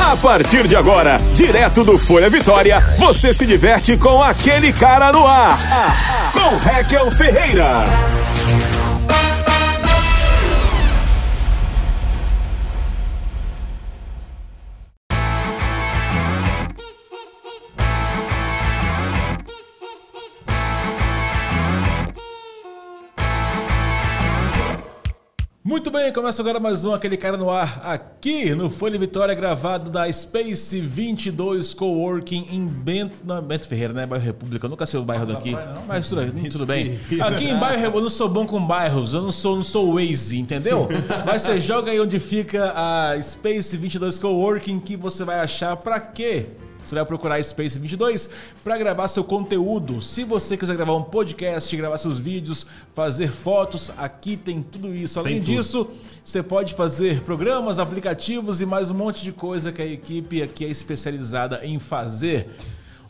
A partir de agora, direto do Folha Vitória, você se diverte com aquele cara no ar. Com Raquel Ferreira. Muito bem, começa agora mais um Aquele Cara no Ar, aqui no Folha Vitória, gravado da Space 22 Coworking em Bento, não, Bento Ferreira, né? Bairro República, eu nunca sei o bairro daqui, mas tudo, tudo bem. Aqui em bairro, República, eu não sou bom com bairros, eu não sou, não sou Waze, entendeu? Mas você joga aí onde fica a Space 22 Coworking que você vai achar pra quê? Você vai procurar Space 22 para gravar seu conteúdo. Se você quiser gravar um podcast, gravar seus vídeos, fazer fotos, aqui tem tudo isso. Além disso, você pode fazer programas, aplicativos e mais um monte de coisa que a equipe aqui é especializada em fazer.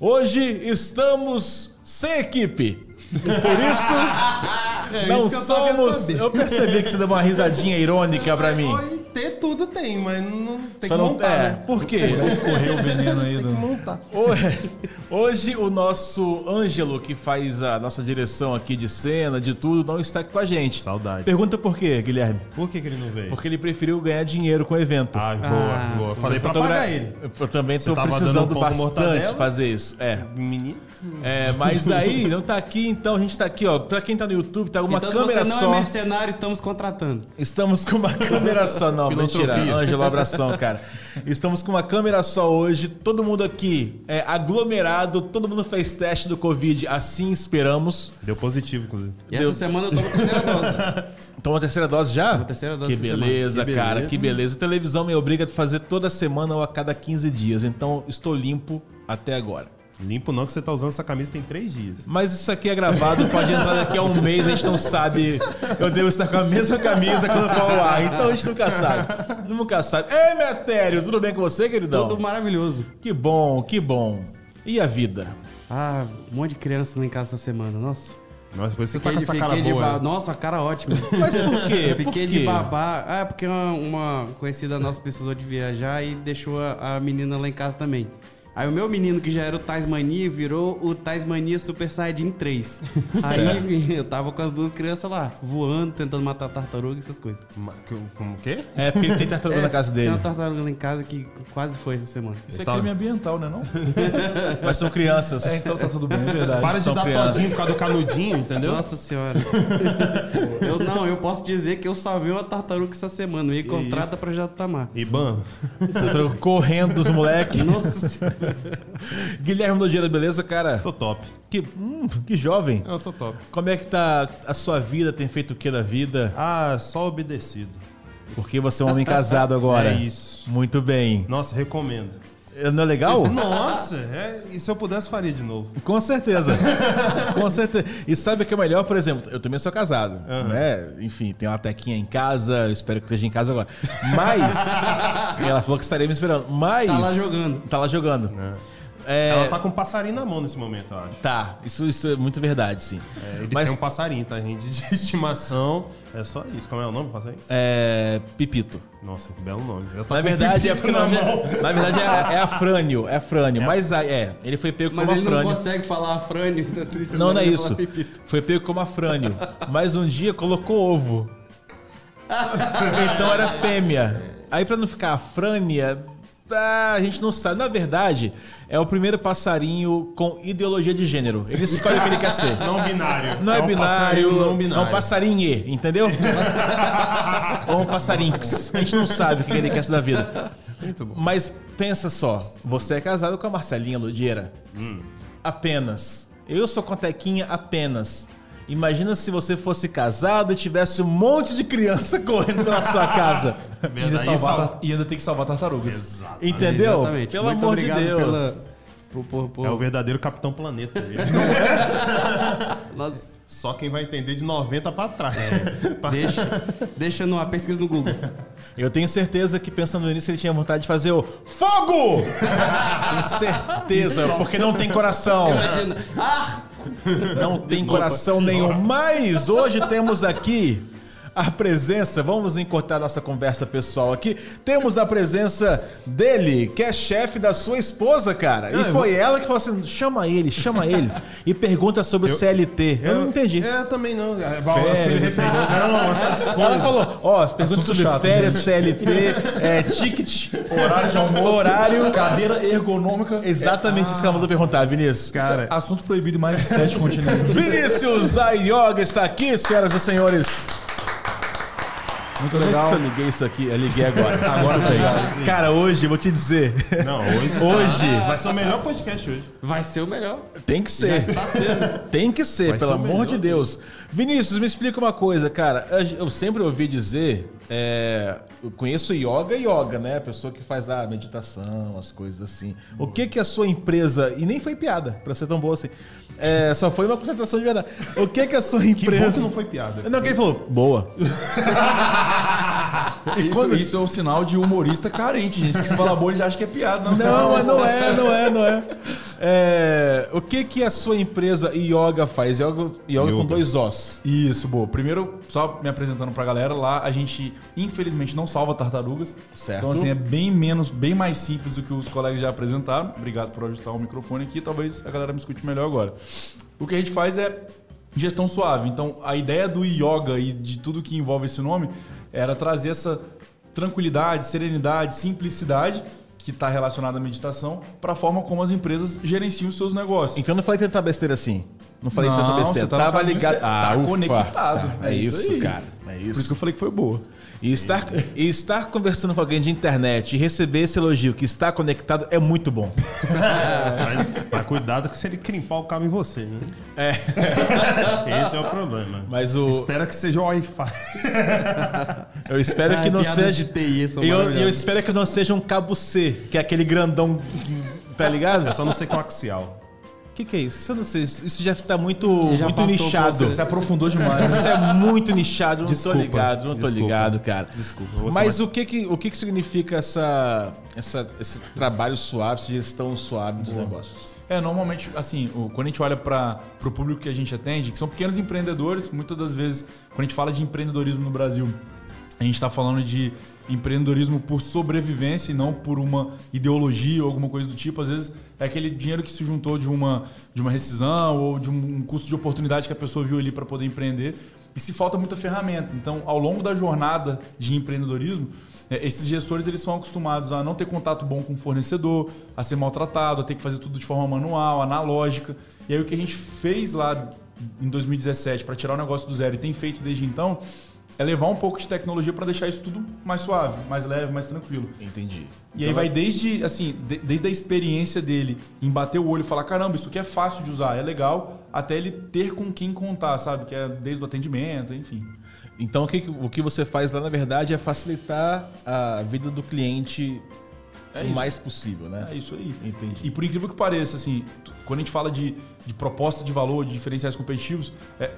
Hoje estamos sem equipe. E Por isso, não É isso que eu só quero somos. saber. Eu percebi que você deu uma risadinha irônica para mim. Oi, ter tudo tem, mas não tem Só que tá, não montar, é. né? Por quê? Correu o veneno aí Tem que do. montar. Hoje, hoje o nosso Ângelo, que faz a nossa direção aqui de cena, de tudo, não está aqui com a gente. Saudades. Pergunta por quê, Guilherme? Por que, que ele não veio? Porque ele preferiu ganhar dinheiro com o evento. Ah, boa, boa. Falei pra Fotogra- pagar ele. Eu também estou tava dando um precisando pão com bastante mortadela? fazer isso. É. Menino. É, mas aí não tá aqui, então a gente tá aqui, ó. Pra quem tá no YouTube, tá uma então, se câmera você não só. é mercenário, estamos contratando. Estamos com uma câmera só, não, mentira. Ângelo, abração, cara. Estamos com uma câmera só hoje, todo mundo aqui é aglomerado, todo mundo fez teste do Covid, assim esperamos. Deu positivo, inclusive. E Deu. essa semana eu tomo a terceira dose. Tomou a terceira dose já? terceira dose que essa semana. beleza, cara, que beleza. A televisão me obriga a fazer toda semana ou a cada 15 dias, então estou limpo até agora. Limpo não, que você tá usando essa camisa tem três dias. Mas isso aqui é gravado, pode entrar daqui a um mês, a gente não sabe. Eu devo estar com a mesma camisa quando for ao ar, então a gente nunca sabe. Nunca sabe. Ei, Metério, tudo bem com você, queridão? Todo maravilhoso. Que bom, que bom. E a vida? Ah, um monte de criança lá em casa essa semana. Nossa. Nossa, depois você tá com Fiquei, essa fiquei cara de boa. ba... Nossa, cara ótima. Mas por quê? Por Fiquei quê? de babá. Ah, porque uma, uma conhecida nossa precisou de viajar e deixou a, a menina lá em casa também. Aí o meu menino, que já era o Tasmania, virou o Tasmania Super Saiyajin 3. Aí eu tava com as duas crianças lá, voando, tentando matar tartaruga e essas coisas. Ma- que- Como o quê? É, porque ele tem tartaruga na casa Tem dele. uma tartaruga lá em casa que quase foi essa semana. Isso é Tá. crime ambiental, né? Não? Mas são crianças. É, então tá tudo bem, é verdade. Para são de dar crianças. todinho por causa do canudinho, entendeu? Nossa senhora. eu não, eu posso dizer que eu salvei uma tartaruga essa semana. Me contrata pra Jatamar. Iban. Tartaruga Tá Correndo dos moleques. Nossa senhora. Guilherme Nogueira, beleza, cara? Tô top. Que, hum, que jovem. Eu tô top. Como é que tá a sua vida? Tem feito o que da vida? Ah, só obedecido. Porque você é um homem casado agora. É isso. Muito bem. Nossa, recomendo. Não é legal? Nossa, é- e se eu pudesse, faria de novo. Com certeza. Com certeza. E sabe o que é melhor, por exemplo, eu também sou casado, né? Enfim, tem uma tequinha em casa, eu espero que esteja em casa agora. Mas ela falou que estaria me esperando. Mas Tá lá jogando. Tá lá jogando. É, Ela tá com um passarinho na mão nesse momento, eu acho. tá, isso, isso é muito verdade, sim. É, eles Mas têm um passarinho, tá, gente? De estimação. É só isso. Como é o nome do passarinho? é, Pipito. Nossa, que belo nome. Eu tô Na Tá com verdade, é, pepito na na, mão. na verdade é, é Afrânio, é Afrânio. Mas aí, é, ele foi pego Mas como ele não Afrânio. consegue falar afrânio. então você ensina Não, não é ele a falar isso. pepito. Foi pego como afrânio. Mas um dia colocou ovo. Então era fêmea. Aí pra não ficar afrânia, ah, a gente não sabe. Na verdade, é o primeiro passarinho com ideologia de gênero. Ele escolhe o que ele quer ser. Não binário. Não é, um binário, passarinho não é um binário. passarinhe, entendeu? Ou um passarinx. A gente não sabe o que ele quer ser da vida. Muito bom. Mas pensa só, você é casado com a Marcelinha Ludieira. Hum. Apenas. Eu sou com a Tequinha apenas. Imagina se você fosse casado e tivesse um monte de criança correndo pela sua casa. Ainda É Verdade, salvar sal- tar- E ainda tem que salvar tartarugas. Exato. Entendeu? Exatamente. Pelo Muito amor de obrigado Deus. pela- por- por- por- É o verdadeiro Capitão Planeta. ele. Nós- Só quem vai entender de 90 pra trás. Pra- deixa, deixa no ar, pesquisa no Google. Eu tenho certeza que pensando nisso ele tinha vontade de fazer o fogo! tenho certeza, porque não tem coração. Imagina. Ah! Não tem coração nenhum. Mas hoje temos aqui a presença, vamos encurtar nossa conversa pessoal aqui. Temos a presença dele, que é chefe da sua esposa, cara. Não, e eu foi ela que falou assim: chama ele, chama ele. e pergunta sobre o CLT. Eu, não entendi. É, eu também não. É, Férias, Férias, refeição, essas Ela coisas. falou, ó, pergunta Assunto sobre chato, férias, CLT, é, ticket, Horário de almoço. Horário. Cadeira ergonômica. Exatamente isso que ela mandou perguntar, Vinícius. cara. Assunto proibido em mais de sete continentes. Vinícius da Yoga está aqui, senhoras e senhores. Muito Legal. legal. eu liguei isso aqui, eu liguei agora. Agora tá ligado. tá. Cara, hoje, vou te dizer, Não, hoje. Hoje. Ah, Vai ser o melhor podcast hoje. Vai ser o melhor. tem que ser. Tem que ser, pelo ser o amor melhor de Deus. Vinícius, me explica uma coisa, cara. Eu eu sempre ouvi dizer, é, eu conheço yoga e yoga, né? A pessoa que faz a meditação, as coisas assim. O que que a sua empresa, e nem foi piada, pra ser tão boa assim, é, só foi uma concentração de verdade. O que que a sua Que bom que empresa... não foi piada. Não, quem falou? Boa. Isso, isso é um sinal de humorista carente, gente. Porque se fala boa, eles acham que é piada. Não, Não, mas não é, não é, não é. É, o que que a sua empresa Yoga faz? Yoga, yoga com Yoga. dois Os. Isso, boa. Primeiro, só me apresentando pra galera, lá a gente, infelizmente, não salva tartarugas. Certo. Então, assim, é bem menos, bem mais simples do que os colegas já apresentaram. Obrigado por ajustar o microfone aqui. Talvez a galera me escute melhor agora. O que a gente faz é gestão suave. Então, a ideia do yoga e de tudo que envolve esse nome era trazer essa tranquilidade, serenidade, simplicidade que está relacionada à meditação para a forma como as empresas gerenciam os seus negócios. Então não falei tanta besteira assim. Não falei Não, tanta besteira. você tá no Tava caminho, ligado. Ah, você tá ufa. conectado. Tá, É, É isso isso, aí. cara. É Por isso isso. que eu falei que foi boa. E estar, e estar conversando com alguém de internet e receber esse elogio que está conectado é muito bom. Mas, mas cuidado que se ele crimpar o cabo em você, né? É. Esse é o problema. Mas o, Espera que seja o Wi-Fi. eu espero que Ah, não piadas seja. de TI são eu, maravilhosas. eu espero que não seja um cabo C, que é aquele grandão. Tá ligado? É só não ser coaxial. O que, que é isso? Isso eu não sei. Isso já tá muito, Já muito passou nichado. Você se aprofundou demais. Isso é muito nichado, não Desculpa, tô ligado, não tô desculpa. ligado, cara. Desculpa, eu vou ser Mas mais- o que que, o que que significa essa, essa, esse trabalho suave, essa gestão suave dos negócios? É, normalmente, assim, o- quando a gente olha para o público que a gente atende, que são pequenos empreendedores, muitas das vezes, quando a gente fala de empreendedorismo no Brasil, a gente está falando de empreendedorismo por sobrevivência e não por uma ideologia ou alguma coisa do tipo. Às vezes é aquele dinheiro que se juntou de uma, de uma rescisão ou de um custo de oportunidade que a pessoa viu ali para poder empreender. E se falta muita ferramenta. Então, ao longo da jornada de empreendedorismo, é, Esses gestores eles são acostumados a não ter contato bom com o fornecedor, a ser maltratado, a ter que fazer tudo de forma manual, analógica. E aí o que a gente fez lá em 2017 para tirar o negócio do zero e tem feito desde então é levar um pouco de tecnologia para deixar isso tudo mais suave, mais leve, mais tranquilo. Entendi. E aí vai desde, assim, de- desde a experiência dele em bater o olho e falar, caramba, isso aqui é fácil de usar, é legal, até ele ter com quem contar, sabe? Que é desde o atendimento, enfim. Então o que, que- o que você faz lá, na verdade, é facilitar a vida do cliente É o isso. mais possível, né? É isso aí. Entendi. E por incrível que pareça, assim, t- quando a gente fala de, de proposta de valor, de diferenciais competitivos, é,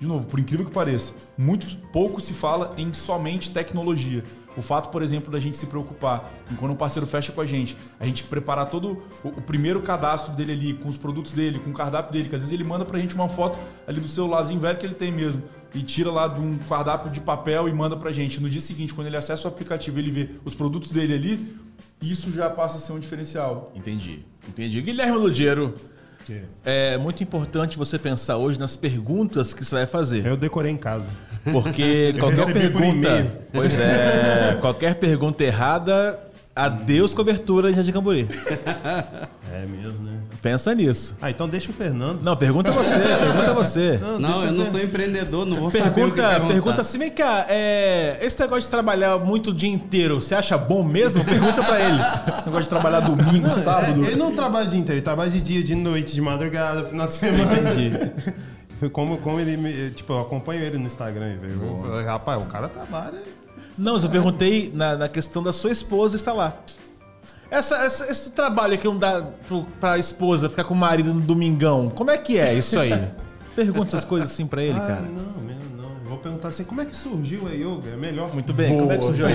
de novo, por incrível que pareça, muito pouco se fala em somente tecnologia. O fato, por exemplo, da gente se preocupar em quando um parceiro fecha com a gente, a gente preparar todo o, o primeiro cadastro dele ali, com os produtos dele, com o cardápio dele, que às vezes ele manda pra gente uma foto ali do celularzinho velho que ele tem mesmo e tira lá de um cardápio de papel e manda pra gente. No dia seguinte, quando ele acessa o aplicativo, ele vê os produtos dele ali, isso já passa a ser um diferencial. Entendi. Entendi. Guilherme Ludiero, é muito importante você pensar hoje nas perguntas que você vai fazer. Eu decorei em casa. Porque qualquer recebi por e-mail. pergunta. Pois é, qualquer pergunta errada, adeus cobertura em Jardim Camburi. É mesmo, né? Pensa nisso. Ah, então deixa o Fernando. Não, pergunta você, pergunta você. Não, eu não sou empreendedor, não vou saber o que Pergunta, perguntar. pergunta assim, vem cá, é, esse negócio de trabalhar muito o dia inteiro, você acha bom mesmo? Pergunta pra ele. Negócio de trabalhar domingo, sábado. sábado. É, Ele não trabalha de inteiro, ele trabalha de dia, de noite, de madrugada, final de semana. Como, como ele me, Tipo, eu acompanho ele no Instagram, velho. Eu falei, Rapaz, o cara trabalha. Não, mas eu perguntei na, na questão da sua esposa estar lá. Essa, essa- esse trabalho que não dá pro, pra esposa ficar com o marido no domingão, como é que é isso aí? Pergunta essas coisas assim pra ele, Ah, cara. não, mesmo não. Eu Vou perguntar assim, como é que surgiu a yoga? É melhor. Muito bem, como é que surgiu aí?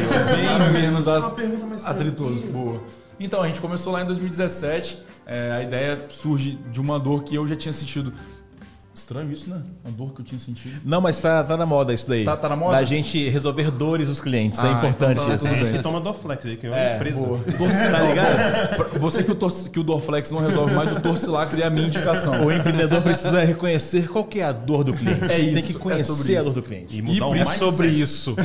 Bem menos a- Uma pergunta mais atritoso. Boa. Então, a gente começou lá em 2017. É, a ideia surge de uma dor que eu já tinha sentido Estranho isso, né? Uma dor que eu tinha sentido. Não, mas tá, tá na moda isso daí. Tá- tá na moda? Da gente resolver dores dos clientes. é Ah, importante então tá isso. tudo Tem gente bem. que toma Dorflex aí, que é uma empresa. Boa. Torci- Tá ligado? Pra- Você que o, tor- que o Dorflex não resolve mais, o Torcilax é a minha indicação. O empreendedor precisa reconhecer qual que é a dor do cliente. É Tem isso, que é conhecer sobre a isso. dor do cliente. E mudar o é mindset. sobre isso.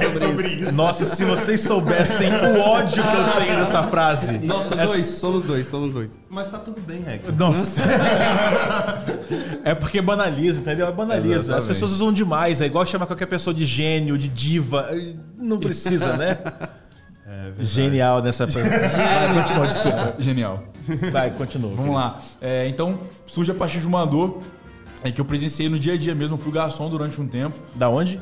É sobre isso. Nossa, se vocês soubessem o ódio que eu tenho dessa frase. Nossa, dois. Somos dois, somos dois. Mas tá tudo bem, Reg. Nossa. é porque banaliza, entendeu? É Banaliza. As Exatamente. pessoas usam demais. É igual chamar qualquer pessoa de gênio, de diva. eh, Não precisa, né? Genial nessa. Vai, continua, desculpa. Genial. Vai, continua. Vamos lá. É, então, surge a partir de uma dor é, que eu presenciei no dia a dia mesmo. Eu fui garçom durante um tempo. Da onde?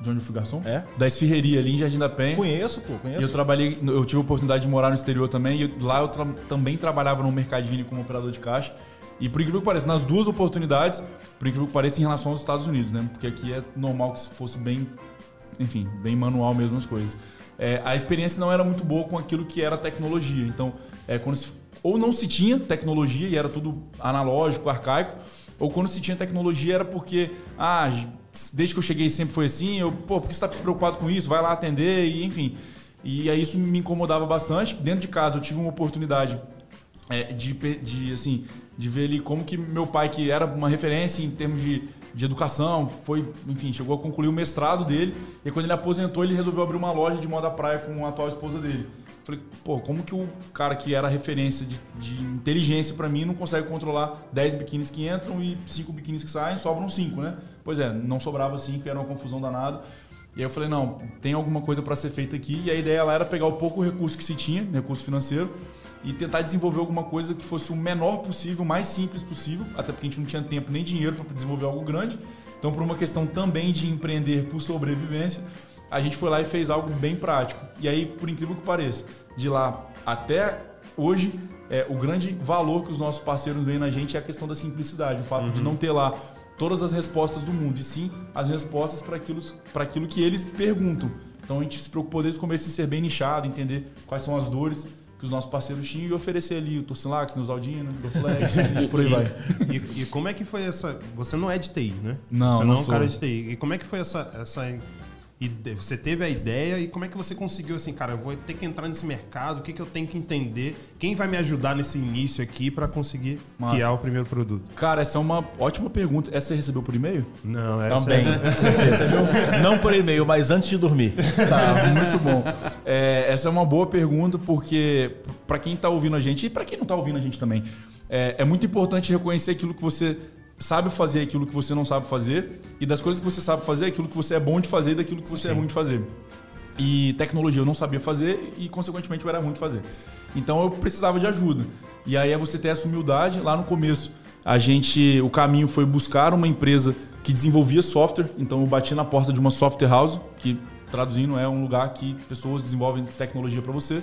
De onde eu fui garçom? É. Da esfirreria ali em Jardim da Penha. Conheço, pô, E eu conheço. trabalhei, eu tive a oportunidade de morar no exterior também, e eu- lá eu tra- também trabalhava num mercadinho como operador de caixa. E por incrível que pareça, nas duas oportunidades, por incrível que pareça, em relação aos Estados Unidos, né? Porque aqui é normal que se fosse bem, enfim, bem manual mesmo as coisas. É, a experiência não era muito boa com aquilo que era tecnologia. Então, é, quando se- ou não se tinha tecnologia e era tudo analógico, arcaico, ou quando se tinha tecnologia era porque, ah, desde que eu cheguei sempre foi assim, eu, pô, por que você está se preocupado com isso? Vai lá atender, e enfim. E aí isso me incomodava bastante. Dentro de casa eu tive uma oportunidade é, de, pe- de, assim, de ver ali como que meu pai, que era uma referência em termos de, de educação, foi, enfim, chegou a concluir o mestrado dele. E quando ele aposentou, ele resolveu abrir uma loja de moda praia com a atual esposa dele. Falei, pô, como que o cara que era referência de, de inteligência pra mim não consegue controlar 10 biquínis que entram e 5 biquínis que saem, sobram 5, né? Pois é, não sobrava 5, era uma confusão danada. E aí eu falei, não, tem alguma coisa para ser feita aqui. E a ideia lá era pegar o pouco recurso que se tinha, recurso financeiro, e tentar desenvolver alguma coisa que fosse o menor possível, o mais simples possível, até porque a gente não tinha tempo nem dinheiro para desenvolver algo grande. Então, por uma questão também de empreender por sobrevivência, a gente foi lá e fez algo bem prático. E aí, por incrível que pareça, de lá até hoje, é, o grande valor que os nossos parceiros veem na gente é a questão da simplicidade, o fato de não ter lá todas as respostas do mundo, e sim as respostas para aquilo, para aquilo que eles perguntam. Então a gente se preocupou desde o começo em ser bem nichado, entender quais são as dores que os nossos parceiros tinham e oferecer ali o Torcilax, Neusaldina, Dorflex, e por aí vai. E, e como é que foi essa. Você não é de TI, né? Não, Você não, não é um sou. cara de TI. E como é que foi essa. essa ide- Você teve a ideia e como é que você conseguiu assim, cara, eu vou ter que entrar nesse mercado, o que, que eu tenho que entender, quem vai me ajudar nesse início aqui pra conseguir Massa. criar o primeiro produto? Cara, essa é uma ótima pergunta. Essa você recebeu por e-mail? Não, essa Também. é... Você recebeu? Não por e-mail, mas antes de dormir. Tá, muito bom. É, essa é uma boa pergunta, porque para quem tá ouvindo a gente e para quem não tá ouvindo a gente também, é, é muito importante reconhecer aquilo que você sabe fazer, aquilo que você não sabe fazer, e das coisas que você sabe fazer, aquilo que você é bom de fazer e daquilo que você é ruim de fazer. E tecnologia eu não sabia fazer e, consequentemente, eu era ruim de fazer. Então eu precisava de ajuda. E aí é você ter essa humildade. Lá no começo, a gente. O caminho foi buscar uma empresa que desenvolvia software. Então eu bati na porta de uma software house, que traduzindo é um lugar que pessoas desenvolvem tecnologia para você.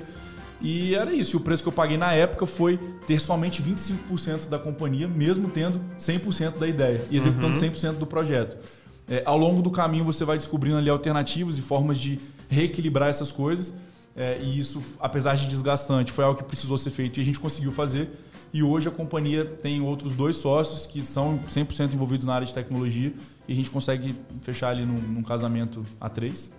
E era isso. E o preço que eu paguei na época foi ter somente 25% da companhia, mesmo tendo 100% da ideia e executando 100% do projeto. É, ao longo do caminho você vai descobrindo ali alternativas e formas de reequilibrar essas coisas. É, e isso, apesar de desgastante, foi algo que precisou ser feito e a gente conseguiu fazer. E hoje a companhia tem outros dois sócios que são 100% envolvidos na área de tecnologia e a gente consegue fechar ali num, num casamento a três.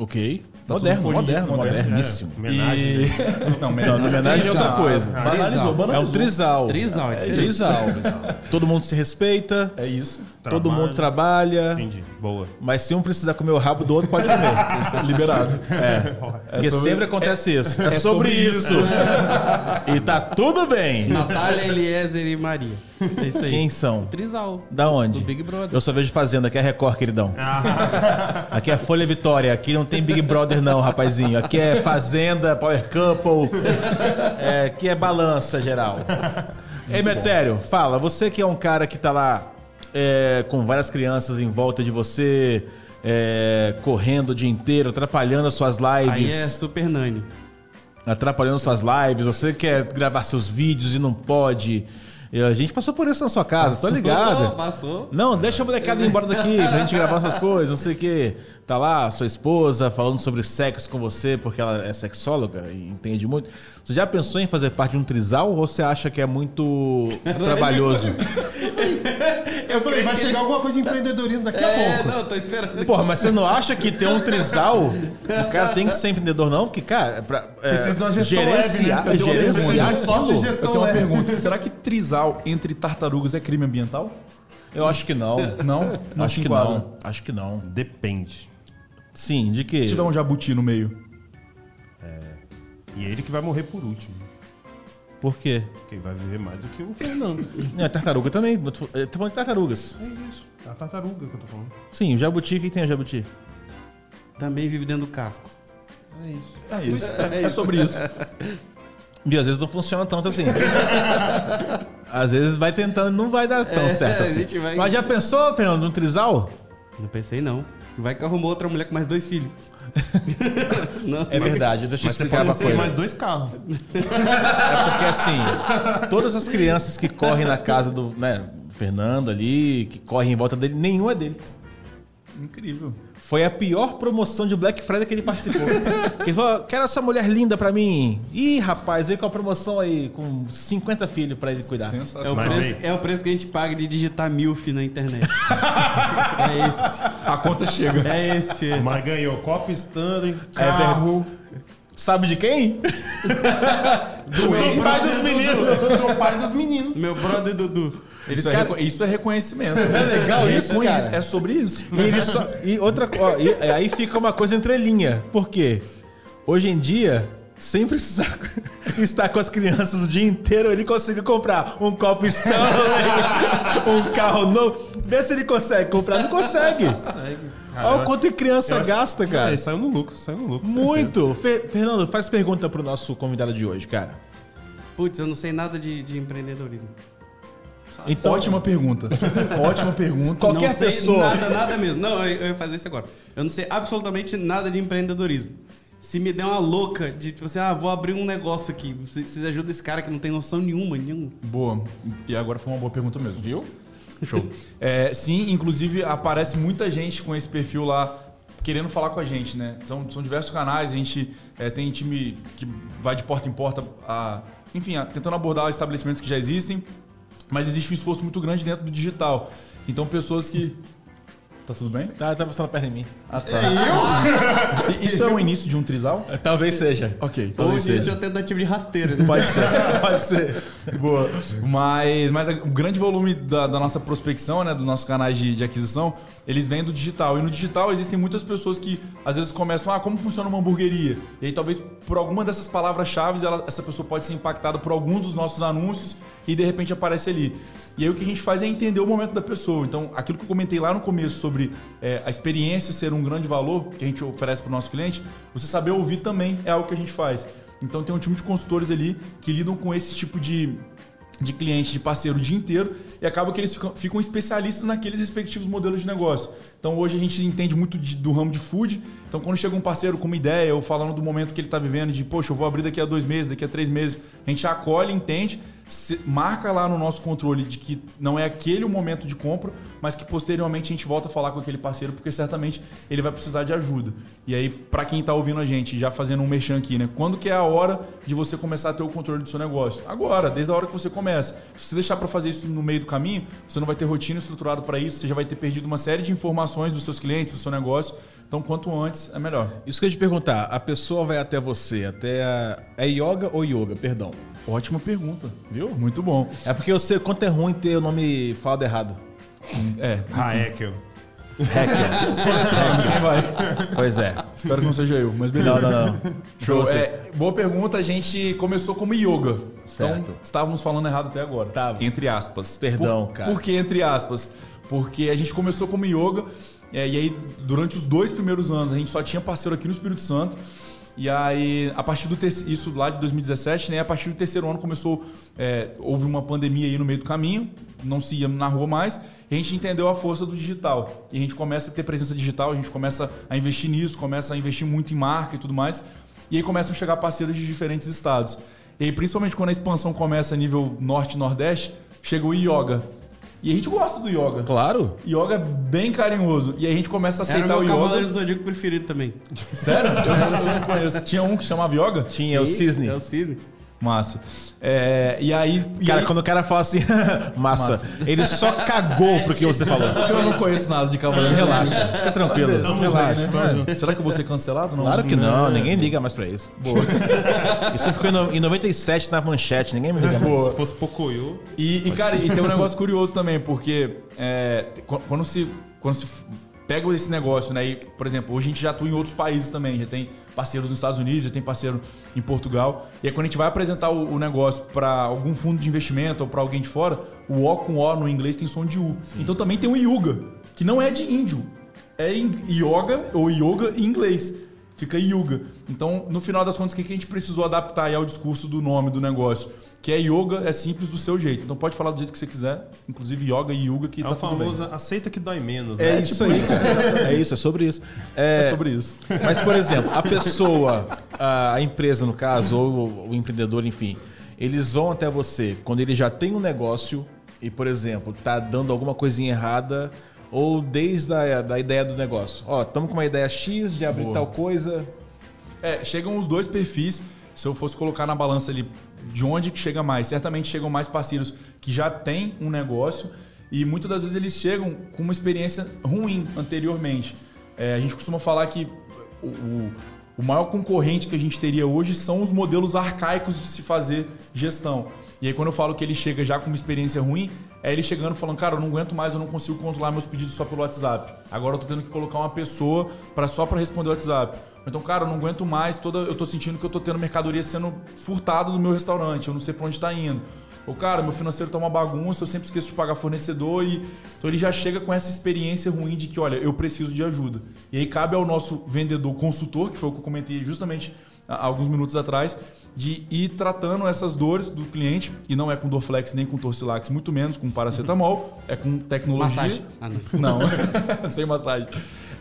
Ok. Tá moderno, tudo hoje em dia moderno, moderno, moderníssimo. Homenagem, E- Não, Não, na verdade é outra Trisal. coisa. Banalizou, É banalizou. um trisal. Trisal, é é diferente. trisal. Todo mundo se respeita, É isso. todo mundo trabalha. Entendi. Boa. Mas se um precisar comer o rabo do outro, pode comer. É. Liberado. Porque sobre- sempre acontece isso. É, sobre, sobre isso. e tá tudo bem. Natália, Eliezer e Maria. É isso aí. Quem são? Trisal. Da onde? Do Big Brother. Ah. Eu só vejo Fazenda, aqui é Record, queridão. Aqui é Folha Vitória, aqui não tem Big Brother não, rapazinho. Aqui é Fazenda, Power Couple, é, aqui é balança geral. Emetério, fala, você que é um cara que tá lá é, com várias crianças em volta de você, é, correndo o dia inteiro, atrapalhando as suas Aí é lives, Super Nani. é. atrapalhando suas lives, você quer gravar seus vídeos e não pode... E A gente passou por isso na sua casa, tô ligado. Passou. Não, deixa a molecada ir embora daqui pra gente gravar essas coisas, não sei o quê. Tá lá, sua esposa falando sobre sexo com você, porque ela é sexóloga e entende muito. Você já pensou em fazer parte de um trisal ou você acha que é muito trabalhoso? Eu falei, vai chegar alguma coisa de empreendedorismo daqui a É, pouco. não, eu tô esperando. Porra, mas você não acha que ter um trisal, o cara tem que ser empreendedor, não? Porque, cara, pra, é, Precisa de uma gestão gerenciar, leve, né? Eu tenho uma gerenciar pergunta. Sorte aquilo. de gestão Eu tenho uma leve. pergunta. Será que trisal entre tartarugas é crime ambiental? Eu acho que não. Não? Não se acho que enquadra. não. Acho que não. Depende. Sim, de Se que? tiver um jabuti no meio. E é ele que vai morrer por último. Por quê? Quem vai viver mais do que o Fernando. Não, é tartaruga também. Eu Tô eu tô falando de tartarugas. É isso. É a tartaruga que eu tô falando. Sim, o jabuti. O que tem o jabuti? Também vive dentro do casco. É isso. É isso. É, é sobre isso. E às vezes não funciona tanto assim. às vezes vai tentando, não vai dar tão É, certo a assim. gente vai- Mas já pensou, Fernando, num trisal? Não pensei, não. Vai que arrumou outra mulher com mais dois filhos. não. É verdade, deixa eu te explicar uma Tem coisa. mais dois carros. É Porque assim, todas as crianças que correm na casa do né, Fernando ali, que correm em volta dele, nenhuma é dele. Incrível. Foi a pior promoção de Black Friday que ele participou. ele falou, quero essa mulher linda pra mim. Ih, rapaz, veio com a promoção aí, com 50 filhos pra ele cuidar. É o, Sensacional. Mas preço, vem. é o preço que a gente paga de digitar MILF na internet. é A conta chega. esse. É esse. Mas ganhou Copa É Stanley, carro. É Sabe de do quem? Do pai dos meninos. Do pai dos meninos. Meu brother Dudu. Ele Isso é, reco- isso é reconhecimento. É legal isso, Reconhe- cara. É sobre isso. E, ele só, e outra co- ó, e aí fica uma coisa entrelinha. Por quê? Hoje em dia, sem precisar estar com as crianças o dia inteiro, ele consegue comprar um copo Stanley, um carro novo. Vê se ele consegue comprar. Não consegue. Olha o quanto que criança gasta, cara. É, saiu no lucro, saiu no lucro. Muito. Fe- Fernando, faz pergunta pro nosso convidado de hoje, cara. Putz, eu não sei nada de, de empreendedorismo. Então, Ótima pergunta. Ótima pergunta. Qualquer não sei pessoa. Nada, nada mesmo. Não, eu, eu ia fazer isso agora. Eu não sei absolutamente nada de empreendedorismo. Se me der uma louca de, tipo assim, ah, vou abrir um negócio aqui. Vocês vocês ajudam esse cara que não tem noção nenhuma, nenhum. Boa. E agora foi uma boa pergunta mesmo. Viu? Show. É, sim, inclusive aparece muita gente com esse perfil lá querendo falar com a gente, né? São, são diversos canais, a gente é, tem time que vai de porta em porta, a- enfim, a- tentando abordar estabelecimentos que já existem, mas existe um esforço muito grande dentro do digital. Então pessoas que... Tá tudo bem? Tá, tá passando perto de mim. Ah, tá. E Isso é o início de um trisal? Talvez seja. Ok. Ou Talvez isso seja. é tentativa de rasteira, né? Pode ser. Pode ser. Boa. Mas, mas o grande volume da, da nossa prospecção, né? Dos nossos canais de, de aquisição, eles vêm do digital. E no digital existem muitas pessoas que às vezes começam, ah, como funciona uma hamburgueria? E aí talvez por alguma dessas palavras-chave ela- essa pessoa pode ser impactada por algum dos nossos anúncios e de repente aparece ali. E aí o que a gente faz é entender o momento da pessoa. Então, aquilo que eu comentei lá no começo sobre é, a experiência ser um grande valor que a gente oferece para o nosso cliente, você saber ouvir também é algo que a gente faz. Então tem um time de consultores ali que lidam com esse tipo de, de cliente, de parceiro o dia inteiro e acaba que eles ficam, ficam especialistas naqueles respectivos modelos de negócio. Então hoje a gente entende muito de- do ramo de food. Então quando chega um parceiro com uma ideia ou falando do momento que ele está vivendo, de poxa, eu vou abrir daqui a dois meses, daqui a três meses, a gente acolhe, entende, se- marca lá no nosso controle de que não é aquele o momento de compra, mas que posteriormente a gente volta a falar com aquele parceiro, porque certamente ele vai precisar de ajuda. E aí, para quem tá ouvindo a gente, já fazendo um merchan aqui, né? Quando que é a hora de você começar a ter o controle do seu negócio? Agora, desde a hora que você começa. Se você deixar para fazer isso no meio do caminho, você não vai ter rotina estruturada para isso, você já vai ter perdido uma série de informações dos seus clientes, do seu negócio. Então, quanto antes, é melhor. Isso que eu ia te perguntar, a pessoa vai até você, até a... É yoga ou yoga, perdão? Ótima pergunta, viu? Muito bom. É porque eu sei quanto é ruim ter o nome falado errado. É, Ah, Raekel. um quem vai? Pois é. Espero que não seja eu, mas beleza. Não, não, não. Show. Você. É, boa pergunta. A gente começou como yoga. Certo. Então, estávamos falando errado até agora. Tava. Entre aspas. Perdão, por, cara. Por que entre aspas? Porque a gente começou como yoga. é, e aí, durante os dois primeiros anos, a gente só tinha parceiro aqui no Espírito Santo. E aí, a partir do terceiro, isso lá de 2017, né? E A partir do terceiro ano começou, é, houve uma pandemia aí no meio do caminho, não se ia na rua mais. E a gente entendeu a força do digital. E a gente começa a ter presença digital, a gente começa a investir nisso, começa a investir muito em marca e tudo mais. E aí começam a chegar parceiros de diferentes estados. E aí, principalmente quando a expansão começa a nível norte e nordeste, chega o yoga. E a gente gosta do yoga. Claro. Yoga é bem carinhoso. E aí a gente começa a Era aceitar o o meu yoga. cavaleiro do Zodíaco preferido também. Sério? Eu não conheço. Tinha um que chamava yoga? Tinha o Sim, cisne. É o Cisne. Massa. É, e aí. e Cara, aí- quando o cara fala assim, massa, ele só cagou pro que você falou. Porque eu não conheço nada de Cavaleiros, relaxa. Fica tranquilo, relaxa. É. Será que eu vou ser cancelado? Não. é. Claro que não, ninguém liga mais pra isso. Isso ficou em no- em 97 na manchete, ninguém me liga mais. Se fosse Pocoyo, E, e, cara, e tem um negócio curioso também, porque é, te- qu- quando, se, quando se f- pega esse negócio, né? E, por exemplo, hoje a gente já atua em outros países também, já tem parceiros nos Estados Unidos, já tem parceiro em Portugal. E aí, quando a gente vai apresentar o, o negócio para algum fundo de investimento ou para alguém de fora, o O com O no inglês tem som de U. Então também tem o Yuga, que não é de índio, é em yoga ou yoga em inglês. Fica yoga. Então, no final das contas, o que que a gente precisou adaptar aí ao discurso do nome do negócio? Que é yoga, é simples do seu jeito. Então pode falar do jeito que você quiser, inclusive yoga e yoga, que é tá o tudo bem. famoso aceita que dói menos. É né? isso aí, cara. É isso, é sobre isso. É, É sobre isso. Mas, por exemplo, a pessoa, a a empresa, no caso, ou o empreendedor, enfim, eles vão até você quando ele já tem um negócio e, por exemplo, tá dando alguma coisinha errada ou desde a da ideia do negócio. Ó, estamos com uma ideia X de abrir tal coisa. É, chegam os dois perfis. Se eu fosse colocar na balança ali de onde que chega mais, certamente chegam mais parceiros que já têm um negócio e muitas das vezes eles chegam com uma experiência ruim anteriormente. É, a gente costuma falar que o, o- o maior concorrente que a gente teria hoje são os modelos arcaicos de se fazer gestão. E aí quando eu falo que ele chega já com uma experiência ruim, é ele chegando falando, cara, eu não aguento mais, eu não consigo controlar meus pedidos só pelo WhatsApp. Agora eu tô tendo que colocar uma pessoa para só para responder o WhatsApp. Então, cara, eu não aguento mais, toda, eu tô sentindo que eu tô tendo mercadoria sendo furtada do meu restaurante, eu não sei pra onde tá indo. Ou, cara, meu financeiro tá uma bagunça, eu sempre esqueço de pagar fornecedor e. Então ele já chega com essa experiência ruim de que, olha, eu preciso de ajuda. E aí cabe ao nosso vendedor consultor, que foi o que eu comentei justamente há alguns minutos atrás, de ir tratando essas dores do cliente, e não é com Dorflex nem com Torcilax, muito menos com paracetamol, é com tecnologia. Massagem. Ah, não. Não, sem massagem.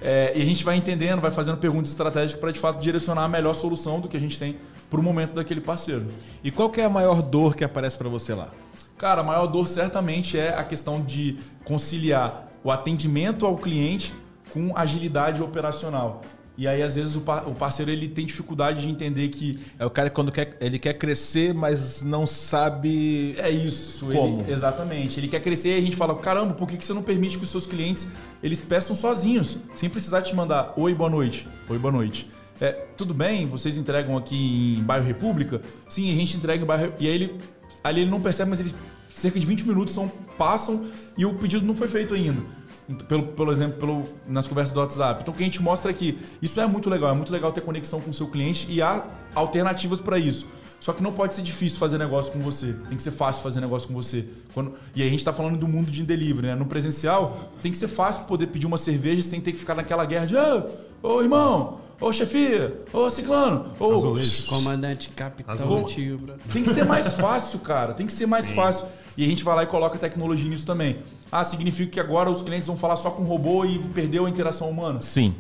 É, e a gente vai entendendo, vai fazendo perguntas estratégicas para de fato direcionar a melhor solução do que a gente tem para o momento daquele parceiro. E qual que é a maior dor que aparece pra você lá? Cara, a maior dor certamente é a questão de conciliar o atendimento ao cliente com agilidade operacional. E aí, às vezes, o par- o parceiro ele tem dificuldade de entender que É o cara que quando quer, ele quer crescer, mas não sabe É isso. Como? ele- exatamente. Ele quer crescer e a gente fala, caramba, por que que você não permite que os seus clientes eles peçam sozinhos, sem precisar te mandar oi, boa noite, oi, boa noite. É, tudo bem, vocês entregam aqui em bairro República? Sim, a gente entrega em bairro... E aí ele, ali ele não percebe, mas ele, cerca de 20 minutos são, passam e o pedido não foi feito ainda Então, pelo, pelo exemplo, pelo- nas conversas do WhatsApp. Então, o que a gente mostra aqui, isso é muito legal, é muito legal ter conexão com o seu cliente e há alternativas para isso. Só que não pode ser difícil fazer negócio com você, tem que ser fácil fazer negócio com você. Quando- e aí a gente está falando do mundo de delivery, né? No presencial, tem que ser fácil poder pedir uma cerveja sem ter que ficar naquela guerra de "Ah, ô irmão, ô chefia, ô ciclano, ô... Comandante, capitão, Azul. tio, bro. Tem que ser mais fácil, cara. Tem que ser mais fácil. E a gente vai lá e coloca tecnologia nisso também. Ah, significa que agora os clientes vão falar só com robô e perdeu a interação humana? Sim.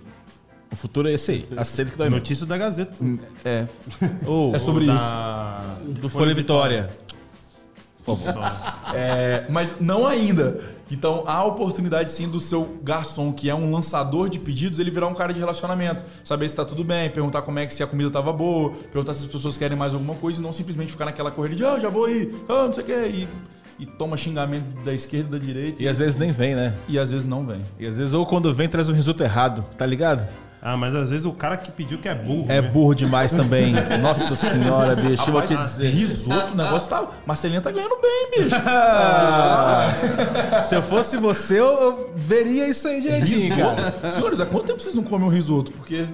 O futuro é esse aí. Aceita que dói menos. Notícia da Gazeta. É. Ou É sobre isso. Da... do Folha Vitória. É, mas não ainda. Então há a oportunidade sim do seu garçom, que é um lançador de pedidos, ele virar um cara de relacionamento. Saber se tá tudo bem, perguntar como é que se a comida tava boa, perguntar se as pessoas querem mais alguma coisa e não simplesmente ficar naquela corrida de, ah, já vou aí, ah, não sei o quê. E, e toma xingamento da esquerda, da direita. E às vezes nem vem, né? e às vezes não vem. E às vezes, ou quando vem, traz um risoto errado, tá ligado? Ah, mas às vezes o cara que pediu que é burro. É né? burro demais também. Nossa senhora, bicho, eu vou Rapaz, te dizer. risoto, o negócio tá. Marcelinha tá ganhando bem, bicho. Ah! Se eu fosse você, eu, eu veria isso aí direitinho, cara. risoto. Senhores, há quanto tempo vocês não comem um risoto? Porque.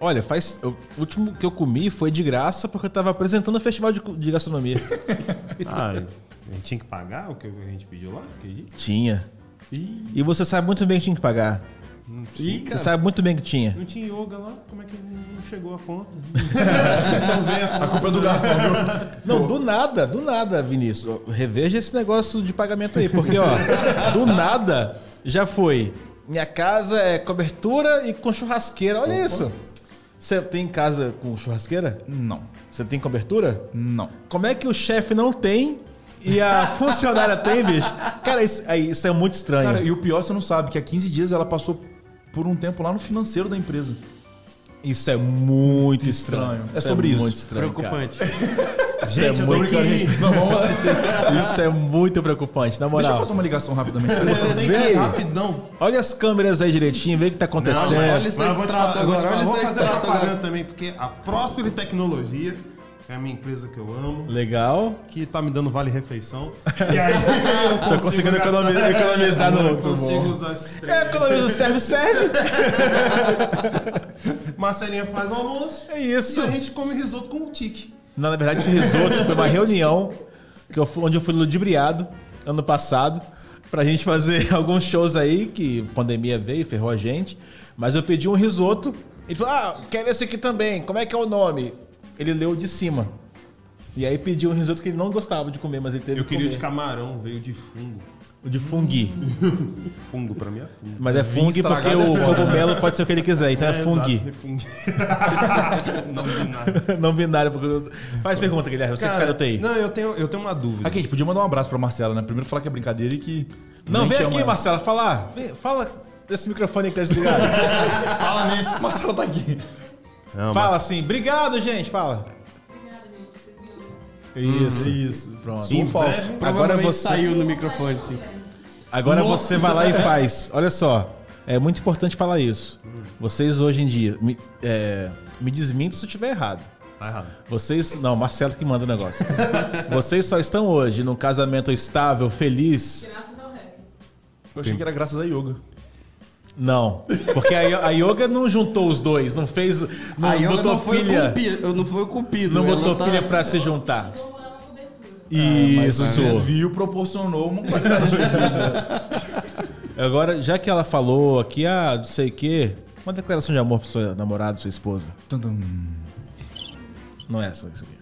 Olha, faz. eu- o último que eu comi foi de graça porque eu tava apresentando o festival de, cu- de gastronomia. Ah, a gente tinha que pagar o que a gente pediu lá? Que dia? tinha. E você sabe muito bem que tinha que pagar. Ih, Você cara. sabe muito bem que tinha. Não tinha yoga lá? Como é que não chegou a conta? A culpa é do garçom, viu? Não, do nada, do nada, Vinícius. Ó, Reveja esse negócio de pagamento aí, porque, ó, do nada já foi. Minha casa é cobertura e com churrasqueira. Olha isso. Você tem casa com churrasqueira? Não, Você tem cobertura? não. Como é que o chefe não tem e a funcionária tem, bicho? Cara, isso, aí, isso é muito estranho. Cara, e o pior você não sabe, que há 15 dias ela passou por um tempo lá no financeiro da empresa. isso é muito Estranho. estranho. É sobre isso. Muito estranho, cara. é Preocupante. Gente, eu tô brincando, gente. Não, vamos lá. Isso é muito preocupante, na Deixa eu moral. fazer um- uma ligação rapidamente. Eu tenho que Vem. ir rapidão. Olha as câmeras aí direitinho, vê o que tá Não, é acontecendo. mas esse mas eu vou te extrato falar, eu vou te falar, agora, olha vou esse fazer extrato propaganda agora. também, porque a Próspero Tecnologia, que é a minha empresa que eu amo, Legal. que tá me dando vale refeição. E aí eu consigo conseguindo gastar- economi- economizar no- Eu no consigo bom. usar esses três. É, pelo menos serve, serve. Marcelinha faz o almoço É e isso. a gente come risoto com o tique. Não, na verdade, esse risoto foi uma reunião que eu fui- onde eu fui ludibriado ano passado pra gente fazer alguns shows aí, que a pandemia veio, ferrou a gente. Mas eu pedi um risoto. Ele falou, ah, quero esse aqui também. Como é que é o nome? Ele leu de cima. E aí pediu um risoto que ele não gostava de comer, mas ele teve Eu que queria o de comer. camarão, veio de fungo. O de funghi. Fungo, pra mim é fungo. Mas é funghi porque estragado o é foda, né? cogumelo pode ser o que ele quiser, então é, exato, funghi. é fungo. Não vi nada. não binário. Porque... Faz pergunta, Guilherme. Você que cai da Cara, TI. Não, Não, eu tenho, eu tenho uma dúvida. Aqui, a gente podia mandar um abraço pra Marcela, né? Primeiro falar que é brincadeira e que. nem vem te aqui, ama. Marcela, falar. Vem, fala desse microfone que tá desligado. Fala nesse. Marcela tá aqui. fala assim. Obrigado, gente. Fala. Isso. Isso. Pronto. Zoom falso. Agora Provavelmente você, saiu no microfone, sim. agora Nossa. você vai lá e faz. Olha só. É muito importante falar isso. Vocês hoje em dia. Me, é, me desminta se eu estiver errado. Tá errado. Vocês. Não, Marcelo que manda o negócio. Vocês só estão hoje num casamento estável, feliz. Graças ao rap. Eu achei que era graças a yoga. Não, porque a, a yoga não juntou os dois, não fez, não a yoga botou não foi pilha, cupido. Não foi cupido. não ela botou tá- pilha pra se juntar. Vou lá na cobertura. Isso. desvio proporcionou uma qualidade. Agora, já que ela falou aqui, ah, não sei o quê, uma declaração de amor pro seu namorado, sua esposa. Tum, tum. Não é essa isso aqui.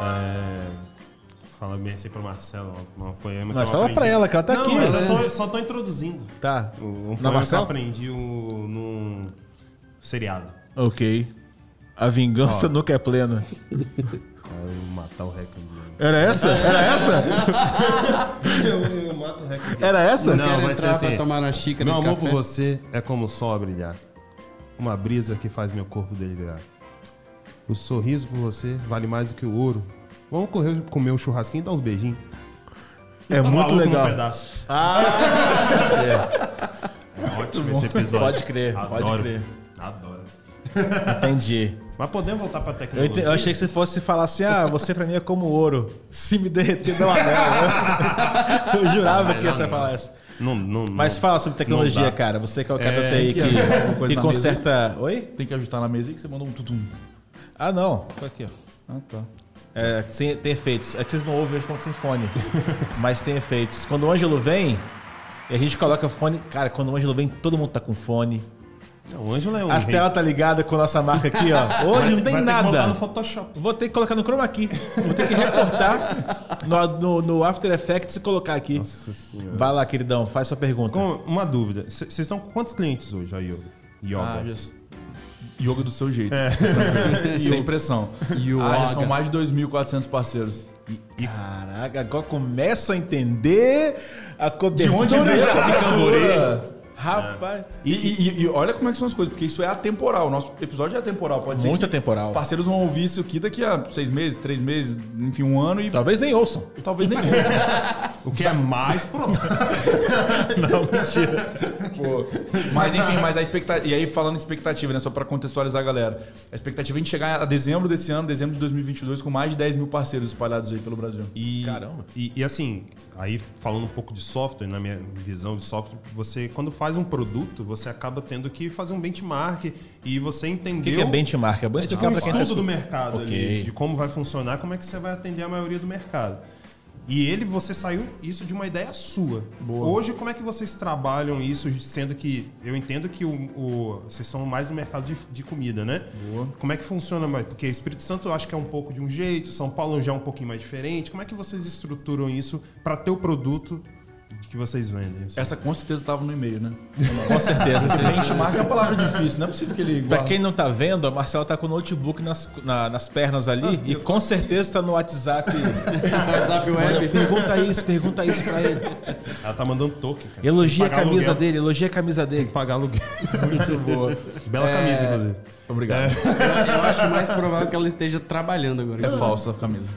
É, Fala bem assim pra Marcela, uma, uma poema Mas que eu fala aprendi. pra ela, que ela tá Não, aqui. mas eu tô- só tô introduzindo. Tá. Um Na poema que eu Marcela? aprendi o- num seriado. Ok. A vingança nunca é plena. Eu matar o recorde. Era essa? Era essa? Eu, eu mato o recorde. Era essa? Não, Quero vai ser entrar pra assim. tomar uma xícara Meu de amor café. por você é como o sol a brilhar. Uma brisa que faz meu corpo delirar. O sorriso por você vale mais do que o ouro. Vamos correr comer um churrasquinho e dar uns beijinhos. É muito legal. Tá Ah. pedaço. É, É ótimo esse episódio. Pode crer, pode crer. Adoro. entendi. Mas podemos voltar pra Eu, tecnologia? ente- eu achei que você fosse falar assim: ah, você pra mim é como ouro. Se me derreter, dá um anel. Eu jurava que ia ser falar essa. Não, não, Mas não. fala sobre tecnologia, dá. cara. Você que é o cara da É, TI que- que, coisa que na conserta. Oi? Tem que ajustar na mesa aí que você mandou um tutum. Ah, não. Tô aqui, ó. Ah, tá. É, sem- tem efeitos. É que vocês não ouvem, eles estão sem fone. Mas tem efeitos. Quando o Ângelo vem, e a gente coloca fone. Cara, quando o Ângelo vem, todo mundo tá com fone. Não, o Ângelo é um A rei. tela tá ligada com a nossa marca aqui, ó. Hoje não tem Vai ter que botar nada. no Photoshop. Vou ter que colocar no chroma aqui. Vou ter que recortar no, no- no After Effects e colocar aqui. Nossa senhora. Vai lá, queridão, faz sua pergunta. Com uma dúvida. C- Vocês estão com quantos clientes hoje, aí, Yoga? Ah, Yoga. yes. Yoga do seu jeito. Sem pressão. Ah, já são mais de 2.400 parceiros. Caraca, agora começa a entender a De cobertura onde veio a de cultura? Camboriú. Rapaz, E, e- e- e olha como é que são as coisas, porque isso é atemporal. Nosso episódio é atemporal, pode ser. muito que atemporal. Parceiros vão ouvir isso aqui daqui a seis meses, três meses, enfim, um ano e Talvez nem ouçam. talvez nem ouça. O que é mais provável. Pô. Mas enfim, mas a expectativa. E aí, falando de expectativa, né? Só pra contextualizar a galera. A expectativa é a gente chegar a dezembro desse ano, dezembro de 2022, com mais de 10 mil parceiros espalhados aí pelo Brasil. E, Caramba. E, e assim, aí falando um pouco de software, na minha visão de software, você quando faz um produto, você acaba tendo que fazer um benchmark e você O que, entendeu que é benchmark? É bom tipo, explicar um pra quem tá estudo do assistindo. mercado Ok. ali, de como vai funcionar, como é que você vai atender a maioria do mercado. E ele, você saiu isso de uma ideia sua. Hoje, como é que vocês trabalham isso, sendo que eu entendo que o, o- vocês estão mais no mercado de, de comida, né? Como é que funciona mais? Porque Espírito Santo eu acho que é um pouco de um jeito, São Paulo já é um pouquinho mais diferente. Como é que vocês estruturam isso para ter o produto que vocês vendem? assim? Essa com certeza estava no e-mail, né? Com certeza. Esse benchmark é uma palavra difícil, não é possível que ele Pra guarde. quem não tá vendo, a Marcela tá com o notebook nas, na- nas pernas ali e com certeza tá no WhatsApp. WhatsApp Olha, Web. pergunta isso, pergunta isso pra ele. Ela tá mandando token, cara. Elogia a Pagar camisa aluguel. dele, elogia a camisa dele. Pagar aluguel. Muito boa. Bela É. camisa, inclusive. Obrigado. Eu acho mais provável que ela esteja trabalhando agora. É, falsa a camisa.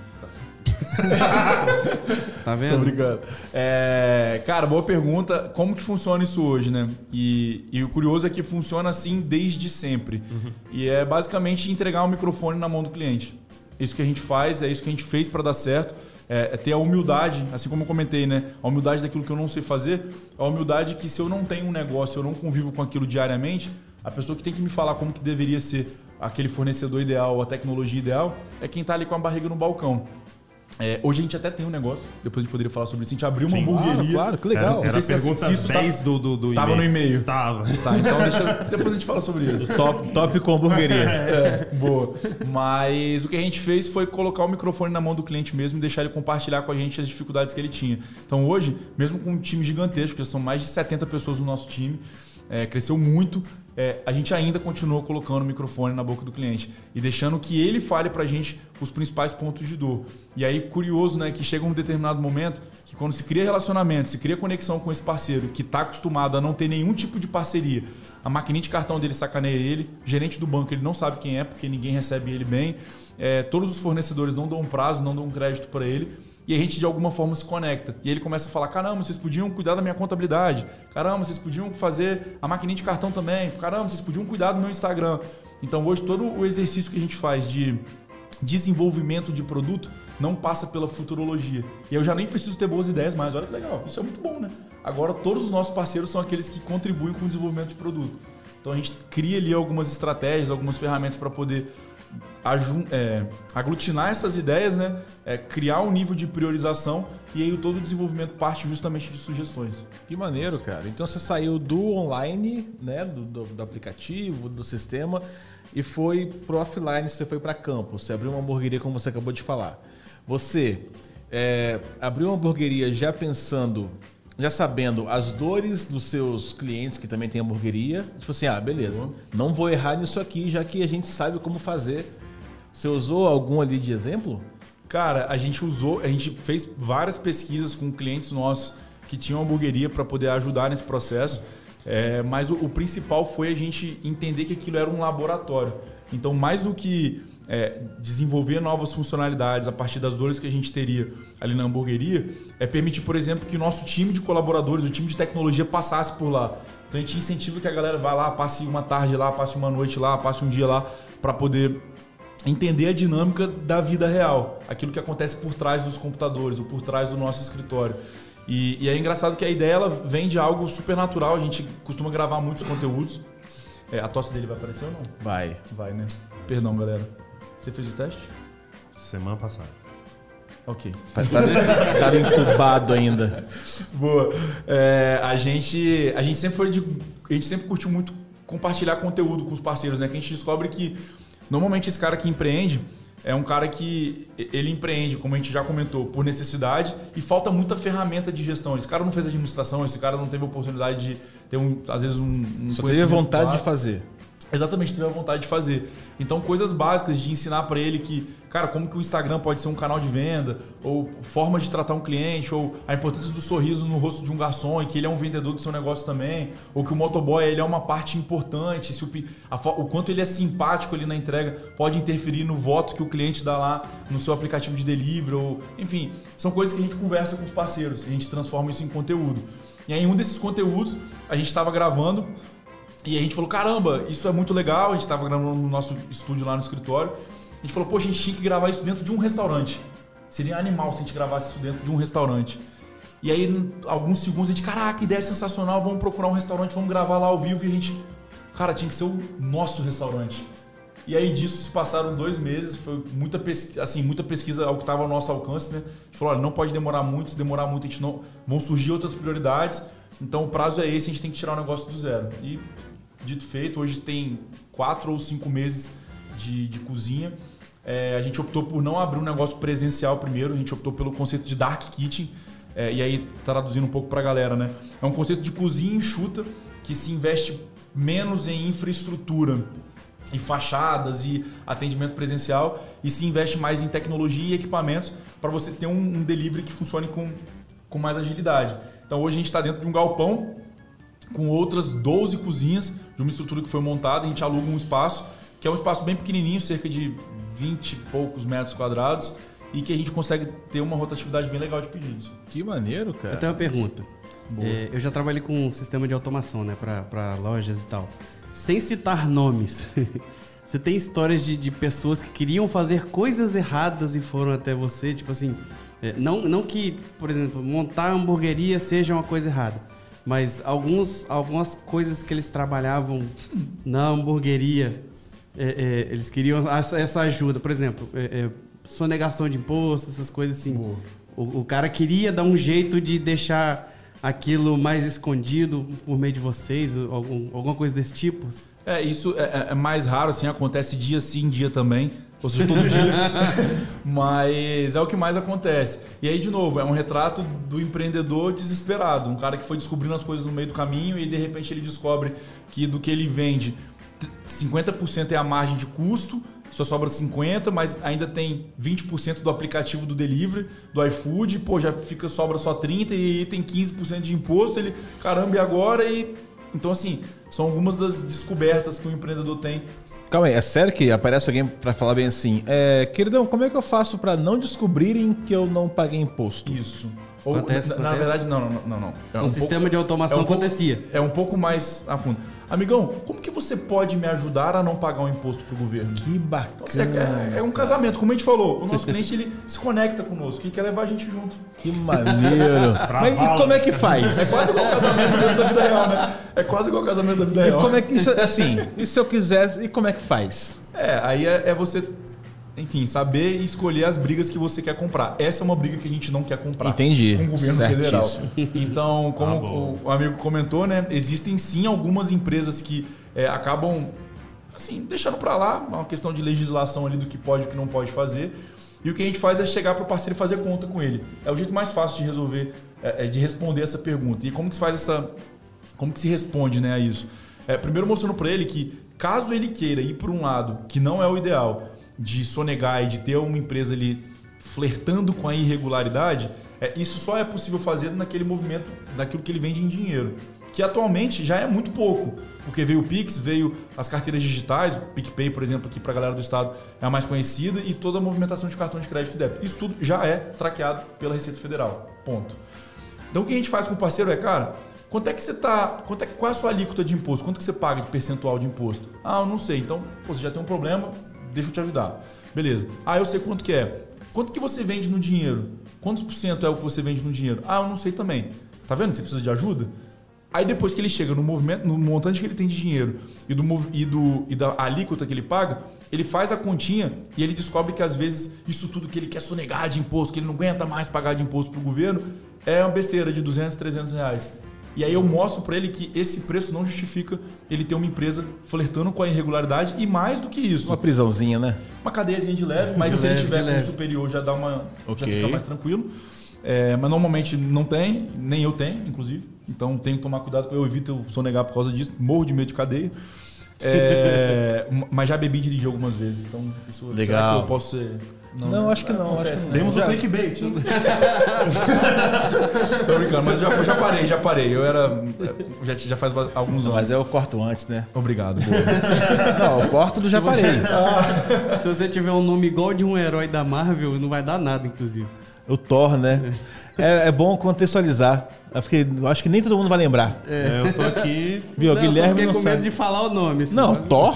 Tá Tô vendo? brincando. É, cara, boa pergunta. Como que funciona isso hoje, né? E, e o curioso é que funciona assim desde sempre. E é basicamente entregar um microfone na mão do cliente. Isso que a gente faz, é isso que a gente fez para dar certo. É, é ter a humildade, assim como eu comentei, né? A humildade daquilo que eu não sei fazer, a humildade que se eu não tenho um negócio, eu não convivo com aquilo diariamente, a pessoa que tem que me falar como que deveria ser aquele fornecedor ideal, a tecnologia ideal, é quem tá ali com a barriga no balcão. É, hoje a gente até tem um negócio, depois a gente poderia falar sobre isso. A gente abriu uma hamburgueria. que Era, era sei a se pergunta se isso tá- 10 do, do, do Tava no e-mail. Tava. Tá, então deixa. Depois a gente fala sobre isso. é Top, top com hamburgueria. É, boa. Mas o que a gente fez foi colocar o microfone na mão do cliente mesmo e deixar ele compartilhar com a gente as dificuldades que ele tinha. Então hoje, mesmo com um time gigantesco, já são mais de 70 pessoas no nosso time, é, cresceu muito, é, a gente ainda continua colocando o microfone na boca do cliente e deixando que ele fale pra gente os principais pontos de dor. E aí, curioso, né, que chega um determinado momento que quando se cria relacionamento, se cria conexão com esse parceiro que está acostumado a não ter nenhum tipo de parceria, a maquininha de cartão dele sacaneia ele, gerente do banco ele não sabe quem é porque ninguém recebe ele bem, é, todos os fornecedores não dão um prazo, não dão crédito para ele. E a gente de alguma forma se conecta. E ele começa a falar: caramba, vocês podiam cuidar da minha contabilidade. Caramba, vocês podiam fazer a maquininha de cartão também. Caramba, vocês podiam cuidar do meu Instagram. Então hoje todo o exercício que a gente faz de desenvolvimento de produto não passa pela futurologia. E eu já nem preciso ter boas ideias mais. Olha que legal. Isso é muito bom, né? Agora todos os nossos parceiros são aqueles que contribuem com o desenvolvimento de produto. Então a gente cria ali algumas estratégias, algumas ferramentas para poder ajun- é, aglutinar essas ideias, né? É, criar um nível de priorização e aí o todo o desenvolvimento parte justamente de sugestões. Que maneiro, cara. Então você saiu do online, né? Do, do- do aplicativo, do sistema, e foi pro offline, você foi pra campo. Você abriu uma hamburgueria, como você acabou de falar. Você é, abriu uma hamburgueria já pensando, já sabendo as dores dos seus clientes que também têm hamburgueria. Tipo assim, ah, beleza. Não vou errar nisso aqui, já que a gente sabe como fazer. Você usou algum ali de exemplo? Cara, a gente usou, a gente fez várias pesquisas com clientes nossos que tinham hamburgueria para poder ajudar nesse processo. É, mas o, o principal foi a gente entender que aquilo era um laboratório. Então, mais do que é, desenvolver novas funcionalidades a partir das dores que a gente teria ali na hamburgueria, é permitir, por exemplo, que o nosso time de colaboradores, o time de tecnologia passasse por lá. Então, a gente incentiva que a galera vá lá, passe uma tarde lá, passe uma noite lá, passe um dia lá, para poder entender a dinâmica da vida real, aquilo que acontece por trás dos computadores ou por trás do nosso escritório. E, e é engraçado que a ideia ela vem de algo super natural, a gente costuma gravar muitos conteúdos. É, a tosse dele vai aparecer ou não? Vai. Vai, né? Perdão, galera. Você fez o teste? Semana passada. Ok. Tá, tá- tá incubado ainda. Boa. É, a, gente, a gente sempre foi de. A gente sempre curtiu muito compartilhar conteúdo com os parceiros, né? Que a gente descobre que normalmente esse cara que empreende é um cara que ele empreende, como a gente já comentou, por necessidade e falta muita ferramenta de gestão. Esse cara não fez administração, esse cara não teve oportunidade de ter um, às vezes um, um Só teve conhecimento vontade de vasto. fazer. Exatamente, teve a vontade de fazer. Então, coisas básicas de ensinar pra ele que, cara, como que o Instagram pode ser um canal de venda, ou forma de tratar um cliente, ou a importância do sorriso no rosto de um garçom e que ele é um vendedor do seu negócio também, ou que o motoboy ele é uma parte importante, se o, pi- a fo- o quanto ele é simpático ali na entrega pode interferir no voto que o cliente dá lá no seu aplicativo de delivery, ou enfim, são coisas que a gente conversa com os parceiros, a gente transforma isso em conteúdo. E aí, em um desses conteúdos, a gente estava gravando e a gente falou, caramba, isso é muito legal. A gente tava gravando no nosso estúdio lá no escritório. A gente falou, poxa, a gente tinha que gravar isso dentro de um restaurante. Seria animal se a gente gravasse isso dentro de um restaurante. E aí, em alguns segundos, a gente, caraca, ideia sensacional, vamos procurar um restaurante, vamos gravar lá ao vivo. E a gente, cara, tinha que ser o nosso restaurante. E aí disso se passaram dois meses, foi muita pesquisa, assim, muita pesquisa ao que estava ao nosso alcance, né? A gente falou, olha, não pode demorar muito, se demorar muito a gente não... Vão surgir outras prioridades, então o prazo é esse, a gente tem que tirar o negócio do zero. E, dito feito, hoje tem quatro ou cinco meses de, de cozinha. É, a gente optou por não abrir um negócio presencial primeiro, a gente optou pelo conceito de dark kitchen, é, e aí traduzindo um pouco pra galera, né? É um conceito de cozinha enxuta que se investe menos em infraestrutura e fachadas e atendimento presencial e se investe mais em tecnologia e equipamentos para você ter um, um delivery que funcione com, com mais agilidade. Então hoje a gente está dentro de um galpão com outras 12 cozinhas de uma estrutura que foi montada, a gente aluga um espaço que é um espaço bem pequenininho, cerca de 20 e poucos metros quadrados e que a gente consegue ter uma rotatividade bem legal de pedidos. Que maneiro, Eu cara. tenho uma pergunta. É, eu já trabalhei com um sistema de automação, né, pra, pra lojas e tal. Sem citar nomes, você tem histórias de, de pessoas que queriam fazer coisas erradas e foram até você? Tipo assim, é, não, não que, por exemplo, montar hamburgueria seja uma coisa errada, mas alguns, algumas coisas que eles trabalhavam na hamburgueria, é, é, eles queriam essa essa ajuda. Por exemplo, é, é, sonegação de imposto, essas coisas assim. O, o cara queria dar um jeito de deixar aquilo mais escondido por meio de vocês, algum- alguma coisa desse tipo. É, isso é, é- é mais raro, assim, acontece dia sim, dia também. Ou seja, todo dia. Mas é o que mais acontece. E aí, de novo, é um retrato do empreendedor desesperado. Um cara que foi descobrindo as coisas no meio do caminho e de repente ele descobre que do que ele vende, t- 50% é a margem de custo, só sobra 50%, mas ainda tem 20% do aplicativo do delivery, do iFood, pô, já fica, sobra só 30% e aí tem 15% de imposto. Ele, caramba, e agora? E então, assim, são algumas das descobertas que o empreendedor tem. Calma aí, é sério que aparece alguém pra falar bem assim? É, queridão, como é que eu faço pra não descobrirem que eu não paguei imposto? Isso. Ou, Acontece, na, na acontece. verdade, não, não, não. Um, não. É um pouco- sistema de automação é um pouco- acontecia. É um pouco mais a fundo. Amigão, como que você pode me ajudar a não pagar o imposto pro governo? Que Então, assim, é, é um casamento, como a gente falou, o nosso cliente ele se conecta conosco e quer levar a gente junto. Que maneiro. Mas e como é que É faz? quase igual o casamento dentro da vida real, né? É quase igual o casamento da vida E real. como é que isso assim? E se eu quisesse, e como é que faz? É, aí é, é você, enfim, saber e escolher as brigas que você quer comprar. Essa é uma briga que a gente não quer comprar. Entendi. Com o governo Certíssimo. Ah, federal. Então, como o- o amigo comentou, né? Existem sim algumas empresas que é, acabam, assim, deixando pra lá uma questão de legislação ali do que pode e o que não pode fazer. E o que a gente faz é chegar pro parceiro e fazer conta com ele. É o jeito mais fácil de resolver, é, é, de responder essa pergunta. E como que se faz essa como que se responde né, a isso? É, primeiro mostrando para ele que caso ele queira ir por um lado que não é o ideal de sonegar e de ter uma empresa ali flertando com a irregularidade, é, isso só é possível fazer naquele movimento daquilo que ele vende em dinheiro, que atualmente já é muito pouco, porque veio o Pix, veio as carteiras digitais, o PicPay, por exemplo, aqui para a galera do estado é a mais conhecida e toda a movimentação de cartão de crédito e débito. Isso tudo já é traqueado pela Receita Federal. Ponto. Então o que a gente faz com o parceiro é, cara, quanto é que você tá. Quanto é, qual é a sua alíquota de imposto? Quanto que você paga de percentual de imposto? Ah, eu não sei. Então, pô, você já tem um problema, deixa eu te ajudar. Beleza. Ah, eu sei quanto que é. Quanto que você vende no dinheiro? Quantos por cento é o que você vende no dinheiro? Ah, eu não sei também. Tá vendo? Você precisa de ajuda? Aí depois que ele chega no movimento, no montante que ele tem de dinheiro e do mov- e do- e da alíquota que ele paga, ele faz a continha e ele descobre que às vezes isso tudo que ele quer sonegar de imposto, que ele não aguenta mais pagar de imposto pro governo, é uma besteira de 200, 300 reais. E aí eu mostro para ele que esse preço não justifica ele ter uma empresa flertando com a irregularidade e mais do que isso, Uma prisãozinha, né? uma cadeiazinha de leve, mas De se leve, ele tiver de com leve. superior já dá uma, Ok. já fica mais tranquilo. É, mas normalmente não tem, nem eu tenho, inclusive. Então tenho que tomar cuidado, eu evito eu sonegar por causa disso, morro de medo de cadeia. É, mas já bebi e dirigi algumas vezes, então isso será Legal. que eu posso ser. Não, é- acho que não, acho que não. Temos Já- o clickbait. Tô brincando, mas já, já parei, já parei. Eu era. Já, já faz ba- alguns anos. Mas eu corto antes, né? Obrigado, boa. Não, eu corto do já parei. Se você tiver um nome igual de um herói da Marvel, não vai dar nada, inclusive. O Thor, né? É, é bom contextualizar. É Porque eu acho que nem todo mundo vai lembrar. É, eu tô aqui. Viu? Não, eu só Guilherme fiquei não com sabe. medo de falar o nome. assim. Não, Thor?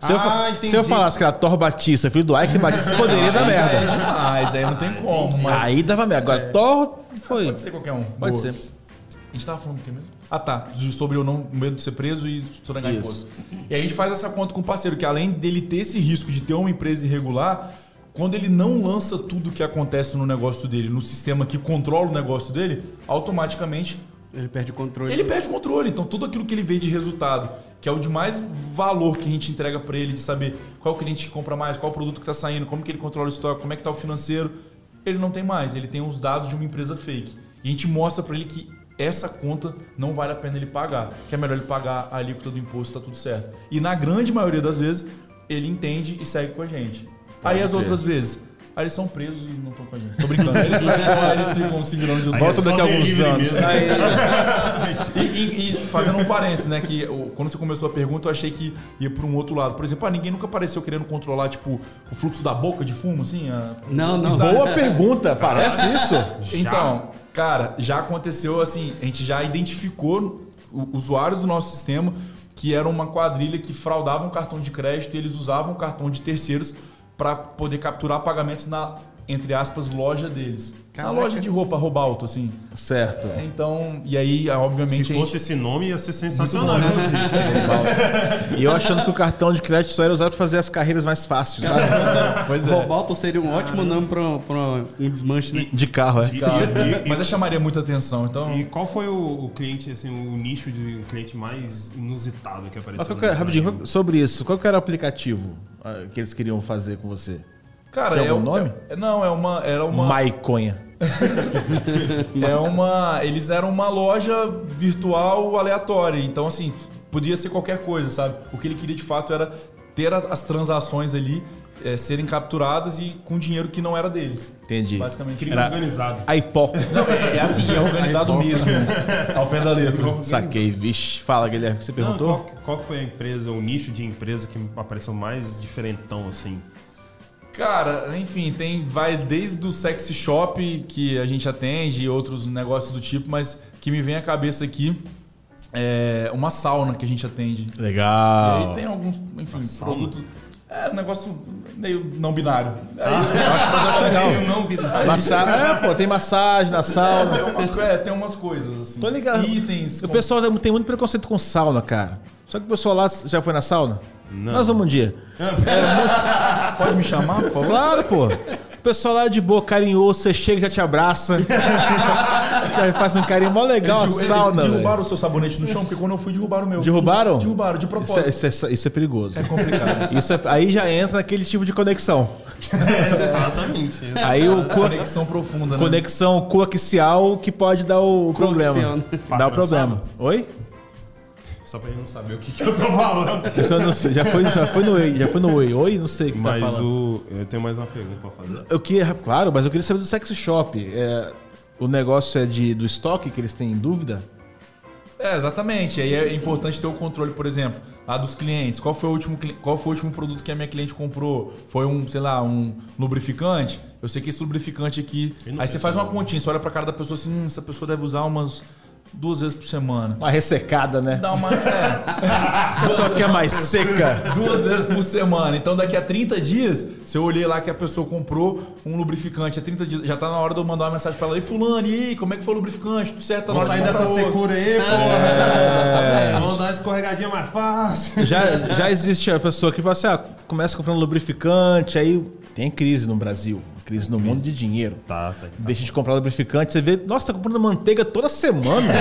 Se, eu, fa- se eu Ah, entendi. falasse que era Thor Batista, filho do Ike Batista, poderia dar É merda. demais, aí não tem como, mas. Aí dava merda. Agora, Thor foi. Pode ser qualquer um. É. Pode Boa. ser. A gente tava falando do que mesmo? Ah, tá. De- Sobre eu não o medo de ser preso e sonegar Isso. imposto. E aí a gente faz essa conta com o parceiro, que além dele ter esse risco de ter uma empresa irregular, quando ele não lança tudo que acontece no negócio dele, no sistema que controla o negócio dele, automaticamente Ele perde o controle. ele perde o controle. Então, tudo aquilo que ele vê de resultado, que é o de mais valor que a gente entrega tá para ele, de saber qual cliente que compra mais, qual produto que está saindo, como que ele controla o estoque, como é que está o tá financeiro, ele não tem mais, ele tem os dados de uma empresa fake. E a gente mostra para ele que essa conta não vale a pena ele pagar, que é melhor ele pagar a alíquota do imposto, tá tudo certo. E na grande maioria das vezes, ele entende e segue com a gente. Aí as outras vezes, aí eles são presos e não estão com a gente. Tô brincando, eles, vão, eles ficam se virando de outro Volta daqui a alguns anos. e, e- e fazendo um parênteses, né? Que o- quando você começou a pergunta, eu achei que ia pra um outro lado. Por exemplo, ah, ninguém nunca apareceu querendo controlar, tipo, o fluxo da boca de fumo, assim? a- Não, não. Boa pergunta, parece é isso. Então, cara, já aconteceu assim, a gente já identificou o- usuários do nosso sistema que era uma quadrilha que fraudava um cartão de crédito e eles usavam o cartão de terceiros para poder capturar pagamentos na, entre aspas, loja deles. Na loja de roupa, Robalto, assim. Certo. Então, e aí, obviamente... Se a gente- fosse esse nome, ia ser sensacional, né? inclusive. E eu achando que o cartão de crédito só era usado pra fazer as carreiras mais fáceis, sabe? Pois é. Robalto seria um ótimo nome pra, um- pra um desmanche, né? De carro, é. E- e- Mas eu chamaria muita atenção, então. E qual foi o, o cliente, assim, o nicho de um cliente mais inusitado que Mas apareceu? Ah, qual no que era- Brasil? rapidinho, qual- sobre isso, qual que era o aplicativo ah, que eles queriam fazer com você? Cara, Tem é algum um- nome? é- não, é uma. Era uma. Maiconha. É uma. Eles eram uma loja virtual aleatória. Então, assim, podia ser qualquer coisa, sabe? O que ele queria de fato era ter as, as transações ali eh, serem capturadas e com dinheiro que não era deles. Entendi. Basicamente. Crime organizado. Aipó. Não, é, é assim, é organizado mesmo. Ao pé da letra. Saquei, vixe. Fala, Guilherme, o que você Não, perguntou? qual, qual foi a empresa, o nicho de empresa que apareceu mais diferentão, assim? Cara, enfim, tem vai desde o sexy shop que a gente atende e outros negócios do tipo, mas que me vem à cabeça aqui é uma sauna que a gente atende. E aí Legal. tem alguns, enfim, produtos. É um negócio meio não binário. É, Ah, Eu não vi nada. Massa... É, pô, tem massagem na sauna. Tem, umas, co- é, tem umas coisas assim. Tô ligado. Itens. O pessoal tem muito preconceito com sauna, cara. Só que o pessoal lá já foi na sauna? Não. Nós vamos um dia. Pode me chamar, por favor? Claro, pô. O pessoal lá de boa, carinhoso, você chega e já te abraça. já faz um carinho mó legal, a Eles- eles sauna. velho. derrubaram o seu sabonete no chão, porque quando eu fui, derrubaram o meu. Derrubaram? Derrubaram, de Isso é, propósito. isso, é, isso é- isso é perigoso. complicado. Isso é- aí já entra naquele tipo de conexão. Exatamente. Aí o cu- Conexão profunda, Tá né? conexão coaxial que pode dar o problema. Coaxial, né? Dá o problema. Oi? Só pra ele não saber o que, que eu tô falando. Isso eu não sei. Já foi, já foi no oi, já foi no oi. Oi, não sei o que Mas tá falando. o... Eu tenho mais uma pergunta pra fazer. Eu queria, claro, mas eu queria saber do sex shop. É, o negócio é de do estoque que eles têm em dúvida? É, exatamente. Aí é importante ter o controle, por exemplo, lá dos clientes. Qual foi o último, cli- qual foi o último produto que a minha cliente comprou? Foi um, sei lá, um lubrificante? Eu sei que esse lubrificante aqui. Aí é você faz uma continha, você olha pra cara da pessoa assim, "Hum, essa pessoa deve usar umas duas vezes por semana. Uma ressecada, né? Dá uma. é, A pessoa quer mais seca. duas vezes por semana. Então daqui a 30 dias, se eu olhei lá que a pessoa comprou um lubrificante, a 30 dias, já tá na hora de eu mandar uma mensagem pra ela. E fulano, e aí, como é que foi o lubrificante? Tudo certo, tá na Vamos sair hora de dessa comprar outro." secura aí, Ah. É. porra. Vamos dar uma escorregadinha mais fácil. Já, já existe a pessoa que fala assim, ah, começa comprando lubrificante, aí tem crise no Brasil, crise no mundo de dinheiro. Tá, tá. Deixa de comprar lubrificante, você vê, nossa, tá comprando manteiga toda semana.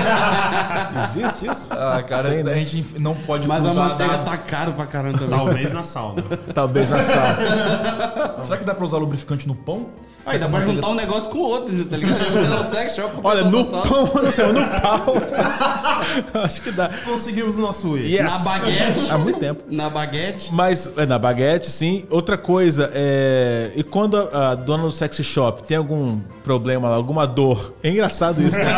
existe isso? Ah, Tá cara, Tem, né? a gente inf- não pode Mas a cruzar manteiga dados. tá caro pra caramba também. Talvez na sauna. Talvez na sala. Será que dá pra usar lubrificante no pão? Aí dá pra juntar um negócio com o outro, tá ligado? Fazer um sex shop com o Olha, no pessoal tá da sala. pão, não sei, no pau. Acho que dá. Conseguimos o nosso erro. Yes. Na baguete. Há muito tempo. Na baguete. Mas é na baguete, sim. Outra coisa, é... e quando a, a dona do sex shop tem algum problema lá, alguma dor? É engraçado isso, né?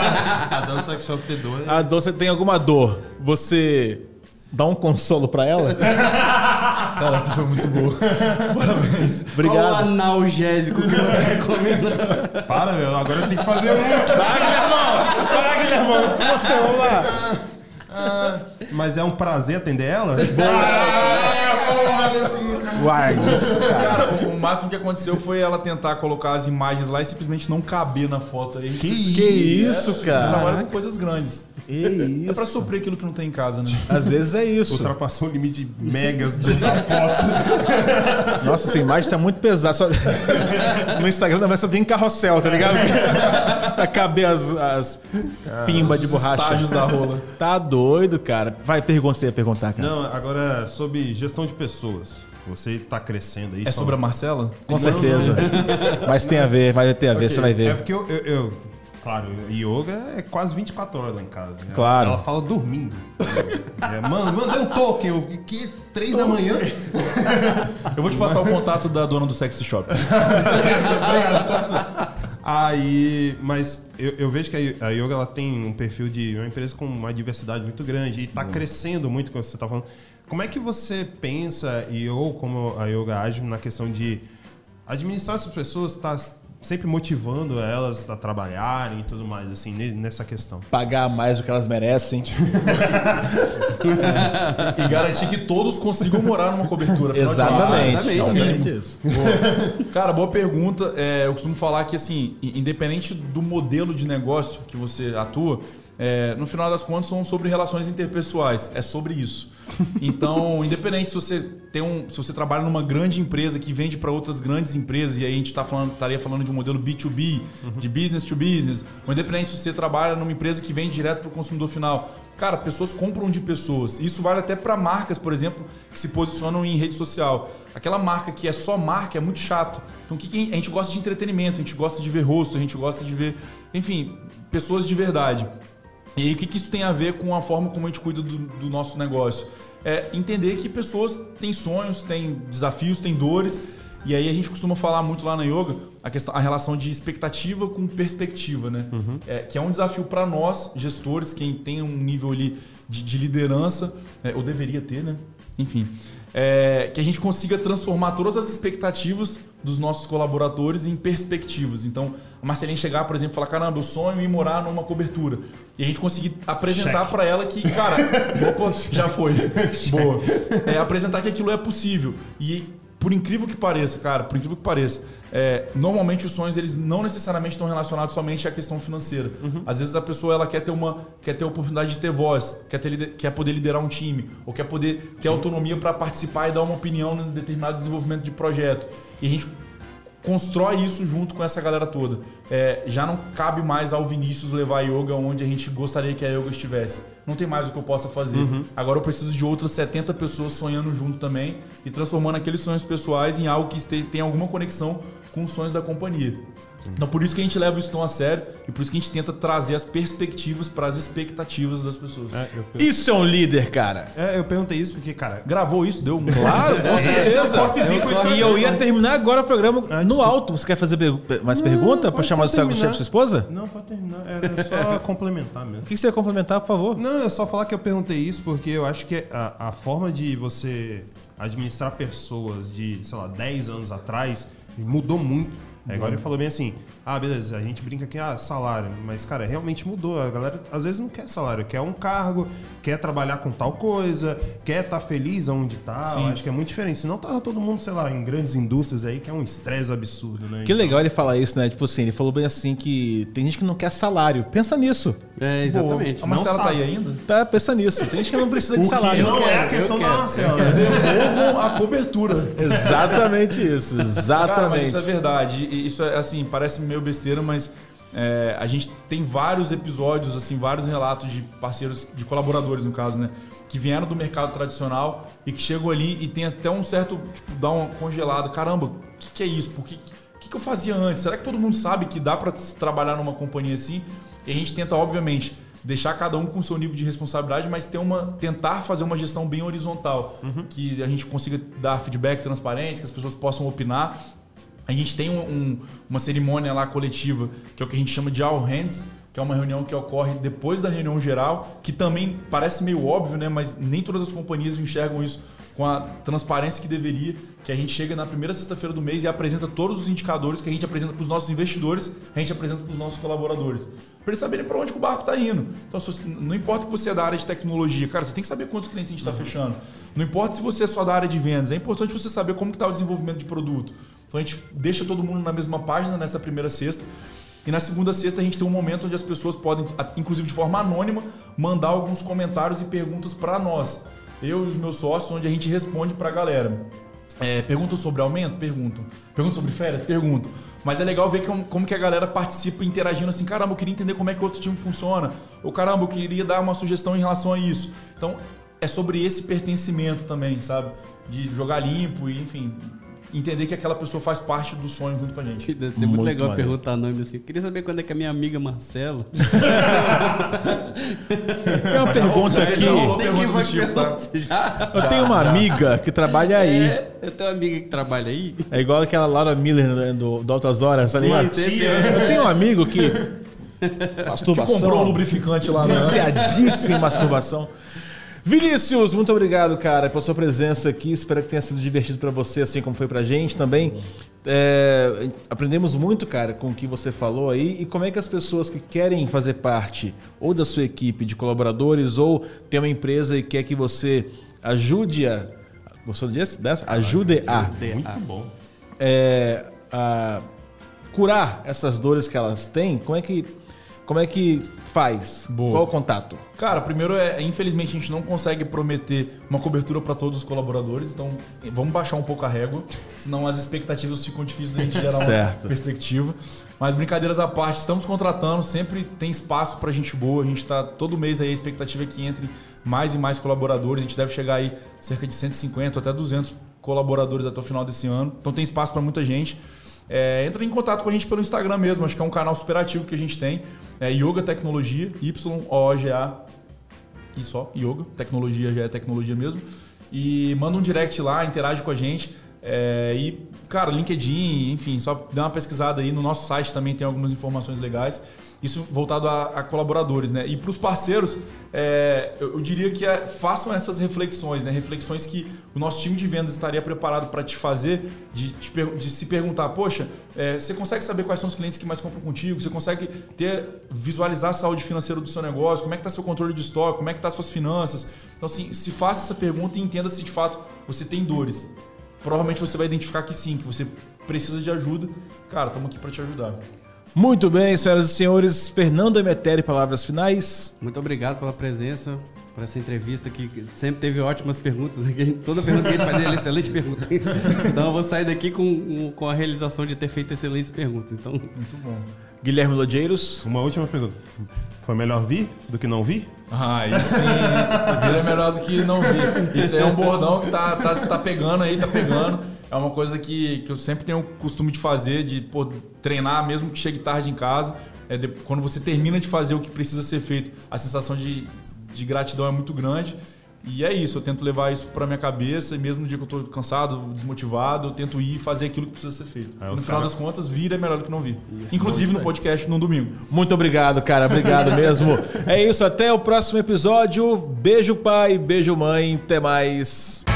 A dança que chama T2. A dor, você tem alguma dor, você dá um consolo pra ela? Cara, essa foi muito boa. Parabéns. Qual o Obrigado. analgésico que você recomenda? Para, meu. Agora eu tenho que fazer um. Caraca, meu irmão, você, vamos lá. Mas é um prazer atender É. ela? Uai, isso, cara. Cara, o- o máximo que aconteceu foi ela tentar colocar as imagens lá e simplesmente não caber na foto aí. Que Que isso, Trabalha cara. com coisas grandes. Que É pra isso. suprir aquilo que não tem em casa, né? Às vezes é isso. Ultrapassou o limite de megas da foto. Nossa, essa imagem tá muito pesada. Só... No Instagram também só tem carrossel, tá ligado? pra caber as, as pimbas de borracha. Estágios da rola. Tá doido, cara. Vai, pergunta o que você ia perguntar, cara. Não, agora sobre gestão de pessoas. Você tá crescendo aí. É só- sobre a Marcela? Com certeza. Mas tem a ver, vai ter a ver, você vai É ver. porque eu, eu, eu- Claro, yoga é quase 24 horas lá em casa. né? Claro. Ela fala dormindo. é, mano, mandei um token. Eu, que 3 da manhã. Eu vou te passar o contato da dona do sex shop. Obrigado, tô precisando. Aí, mas eu, eu vejo que a, a Yoga ela tem um perfil de uma empresa com uma diversidade muito grande e tá crescendo muito, como você tá falando. Como é que você pensa e ou como a Yoga age na questão de administrar essas pessoas, tá sempre motivando elas a trabalharem e tudo mais, assim, ne- nessa questão? Pagar mais do que elas merecem. E garantir que todos consigam morar numa cobertura. afinal de contas. Exatamente. exatamente né? isso. Cara, boa pergunta. É, eu costumo falar que, assim, i- independente do modelo de negócio que você atua, é, no final das contas são sobre relações interpessoais. É sobre isso. Então, independente se você tem um, se você trabalha numa grande empresa que vende para outras grandes empresas e aí a gente tá falando, estaria falando de um modelo B2B, de business to business, ou independente se você trabalha numa empresa que vende direto para o consumidor final, Cara, pessoas compram de pessoas. Isso vale até para marcas, por exemplo, que se posicionam em rede social. Aquela marca que é só marca é muito chato. Então, o que que a gente gosta de entretenimento, a gente gosta de ver rosto, a gente gosta de ver, enfim, pessoas de verdade. E aí, o que, que isso tem a ver com a forma como a gente cuida do, do nosso negócio? É entender que pessoas têm sonhos, têm desafios, têm dores. E aí a gente costuma falar muito lá na yoga a, questão, a relação de expectativa com perspectiva, né? É, que é um desafio para nós, gestores, quem tem um nível ali de, de liderança, é, ou deveria ter, né? Enfim. é, que a gente consiga transformar todas as expectativas dos nossos colaboradores em perspectivas. Então, a Marcelinha chegar, por exemplo, e falar: caramba, eu sonho em morar numa cobertura. E a gente conseguir apresentar para ela que, cara, opa, já foi. Boa. É, apresentar que aquilo é possível. E por incrível que pareça, cara, por incrível que pareça, é, normalmente os sonhos eles não necessariamente estão relacionados somente à questão financeira. Às vezes a pessoa ela quer ter uma, quer ter a oportunidade de ter voz, quer ter lider- quer poder liderar um time, ou quer poder ter autonomia para participar e dar uma opinião em determinado desenvolvimento de projeto. E a gente constrói isso junto com essa galera toda. É, já não cabe mais ao Vinícius levar a yoga onde a gente gostaria que a yoga estivesse. Não tem mais o que eu possa fazer. Uhum. Agora eu preciso de outras 70 pessoas sonhando junto também e transformando aqueles sonhos pessoais em algo que este- tenha alguma conexão com os sonhos da companhia. Então por isso que a gente leva isso tão a sério e por isso que a gente tenta trazer as perspectivas para as expectativas das pessoas. É eu, per- Isso é um líder, cara. É, é, eu perguntei isso porque, cara, Gravou isso? Deu um Claro, com certeza. É um cortezinho com e eu ia terminar agora o programa no alto. Você quer fazer per- mais pergunta pra Ah, pode- chamar o pode Thiago terminar. Chefe sua esposa? não, pode terminar. Era só complementar mesmo. O que você ia complementar, por favor? Não, eu só falar que eu perguntei isso porque eu acho que a, a forma de você administrar pessoas de, sei lá, 10 anos atrás mudou muito. É, agora Uhum. ele falou bem assim, ah, beleza, a gente brinca que, ah, salário. Mas, cara, realmente mudou. A galera, às vezes, não quer salário. Quer um cargo, quer trabalhar com tal coisa, quer estar feliz onde tá. Eu acho que é muito diferente. Senão tava todo mundo, sei lá, em grandes indústrias aí, que é um estresse absurdo, né? Que legal ele falar isso, né? Tipo assim, ele falou bem assim que tem gente que não quer salário. Pensa nisso. É, exatamente. A Marcela Não tá sabe. aí ainda? Tá? Pensa nisso. Tem gente que não precisa de salário. Não é a eu questão da quero. Marcela. né? Devolvam a cobertura. Exatamente isso. Cara, mas Exatamente. isso é verdade. E Isso é assim, parece meio besteira, mas é, a gente tem vários episódios, assim, vários relatos de parceiros, de colaboradores, no caso, né? Que vieram do mercado tradicional e que chegam ali e tem até um certo, tipo, dá uma congelada. Caramba, o que, que é isso? Por que, o que, que eu fazia antes? Será que todo mundo sabe que dá pra se trabalhar numa companhia assim? E a gente tenta, obviamente, deixar cada um com seu nível de responsabilidade, mas ter uma, tentar fazer uma gestão bem horizontal, que a gente consiga dar feedback transparente, que as pessoas possam opinar. A gente tem um- um- uma cerimônia lá coletiva, que é o que a gente chama de All Hands, que é uma reunião que ocorre depois da reunião geral, que também parece meio óbvio, né? mas nem todas as companhias enxergam isso com a transparência que deveria, que a gente chega na primeira sexta-feira do mês e apresenta todos os indicadores que a gente apresenta para os nossos investidores, a gente apresenta para os nossos colaboradores para eles saberem para onde que o barco está indo. Então, se você- não importa que você é da área de tecnologia, cara, você tem que saber quantos clientes a gente está fechando. Não importa se você é só da área de vendas, é importante você saber como que está o desenvolvimento de produto. Então, a gente deixa todo mundo na mesma página nessa primeira sexta. E na segunda sexta a gente tem um momento onde as pessoas podem, a- inclusive de forma anônima, mandar alguns comentários e perguntas para nós. Eu e os meus sócios, onde a gente responde para a galera. É, perguntam sobre aumento? Perguntam. Perguntam sobre férias? Perguntam. Mas é legal ver como, como que a galera participa interagindo assim, caramba, eu queria entender como é que o outro time funciona. Ou caramba, eu queria dar uma sugestão em relação a isso. Então, é é sobre esse pertencimento também, sabe? De jogar limpo e, enfim, entender que aquela pessoa faz parte do sonho junto com a gente. Deve ser muito, legal perguntar nome assim. Queria saber quando é que a minha amiga Marcela. Tem uma pergunta Eu aqui. não sei pergunta quem do vai tipo, perguntar. Já? Eu tenho uma amiga que trabalha aí. É, eu tenho uma amiga que trabalha aí. É igual aquela Laura Miller né, do, do Altas Horas, tá ligado? Sempre- Eu tenho um amigo que. é. Que comprou um Masturbação. lubrificante lá, né? Viciadíssimo em masturbação. Vinícius, muito obrigado, cara, pela sua presença aqui. Espero que tenha sido divertido pra você, assim como foi pra gente também. É, aprendemos muito, cara, com o que você falou aí e como é que as pessoas que querem fazer parte ou da sua equipe de colaboradores ou tem uma empresa e quer que você ajude a. Gostou disso? Dessa? Ajude a Muito bom. é, a curar essas dores que elas têm, como é que, como é que faz? Boa. Qual o contato? Cara, primeiro é, infelizmente a gente não consegue prometer uma cobertura para todos os colaboradores, então vamos baixar um pouco a régua, senão as expectativas ficam difíceis da gente gerar Certo. uma perspectiva. Mas brincadeiras à parte, estamos contratando, sempre tem espaço para gente boa, a gente tá todo mês aí a expectativa é que entre mais e mais colaboradores, a gente deve chegar aí cerca de 150 até 200 colaboradores até o final desse ano. Então tem espaço para muita gente. É, entra em contato com a gente pelo Instagram mesmo, acho que é um canal super ativo que a gente tem. É Yoga Tecnologia, Y-O-G-A e só, Yoga. Tecnologia já é tecnologia mesmo. E manda um direct lá, interage com a gente. É, e, cara, LinkedIn, enfim, só dá uma pesquisada aí. No nosso site também tem algumas informações legais. Isso voltado a, a colaboradores, né? E para os parceiros, é, eu, eu diria que é, façam essas reflexões, né? Reflexões que o nosso time de vendas estaria preparado para te fazer, de, te per- de se perguntar, poxa, é, você consegue saber quais são os clientes que mais compram contigo? Você consegue ter visualizar a saúde financeira do seu negócio? Como é que está seu controle de estoque? Como é que está suas finanças? Então, assim, se faça essa pergunta e entenda se de fato você tem dores. Provavelmente você vai identificar que sim, que você precisa de ajuda. Cara, estamos aqui para te ajudar. Muito bem, senhoras e senhores, Fernando Emetério, palavras finais. Muito obrigado pela presença, por essa entrevista que sempre teve ótimas perguntas. né? Que a gente- Toda pergunta que a gente fazia era excelente pergunta. Então eu vou sair daqui com, com a realização de ter feito excelentes perguntas. Então, Muito bom. Guilherme Lodeiros. Uma última pergunta. Foi melhor vir do que não vir? Ah, isso sim. Vir é melhor do que não vir. Isso aí é um bordão que tá, tá, tá pegando aí, tá pegando. É uma coisa que, que eu sempre tenho o costume de fazer, de pô, treinar mesmo que chegue tarde em casa. É de- quando você termina de fazer o que precisa ser feito, a sensação de, de gratidão é muito grande. E é isso, eu tento levar isso pra minha cabeça, e mesmo no dia que eu tô cansado, desmotivado, eu tento ir e fazer aquilo que precisa ser feito. Aí no os final caras- das contas, vir é melhor do que não vir. Inclusive no podcast no domingo. Muito obrigado, cara. Obrigado mesmo. É isso, até o próximo episódio. Beijo, pai, beijo, mãe. Até mais.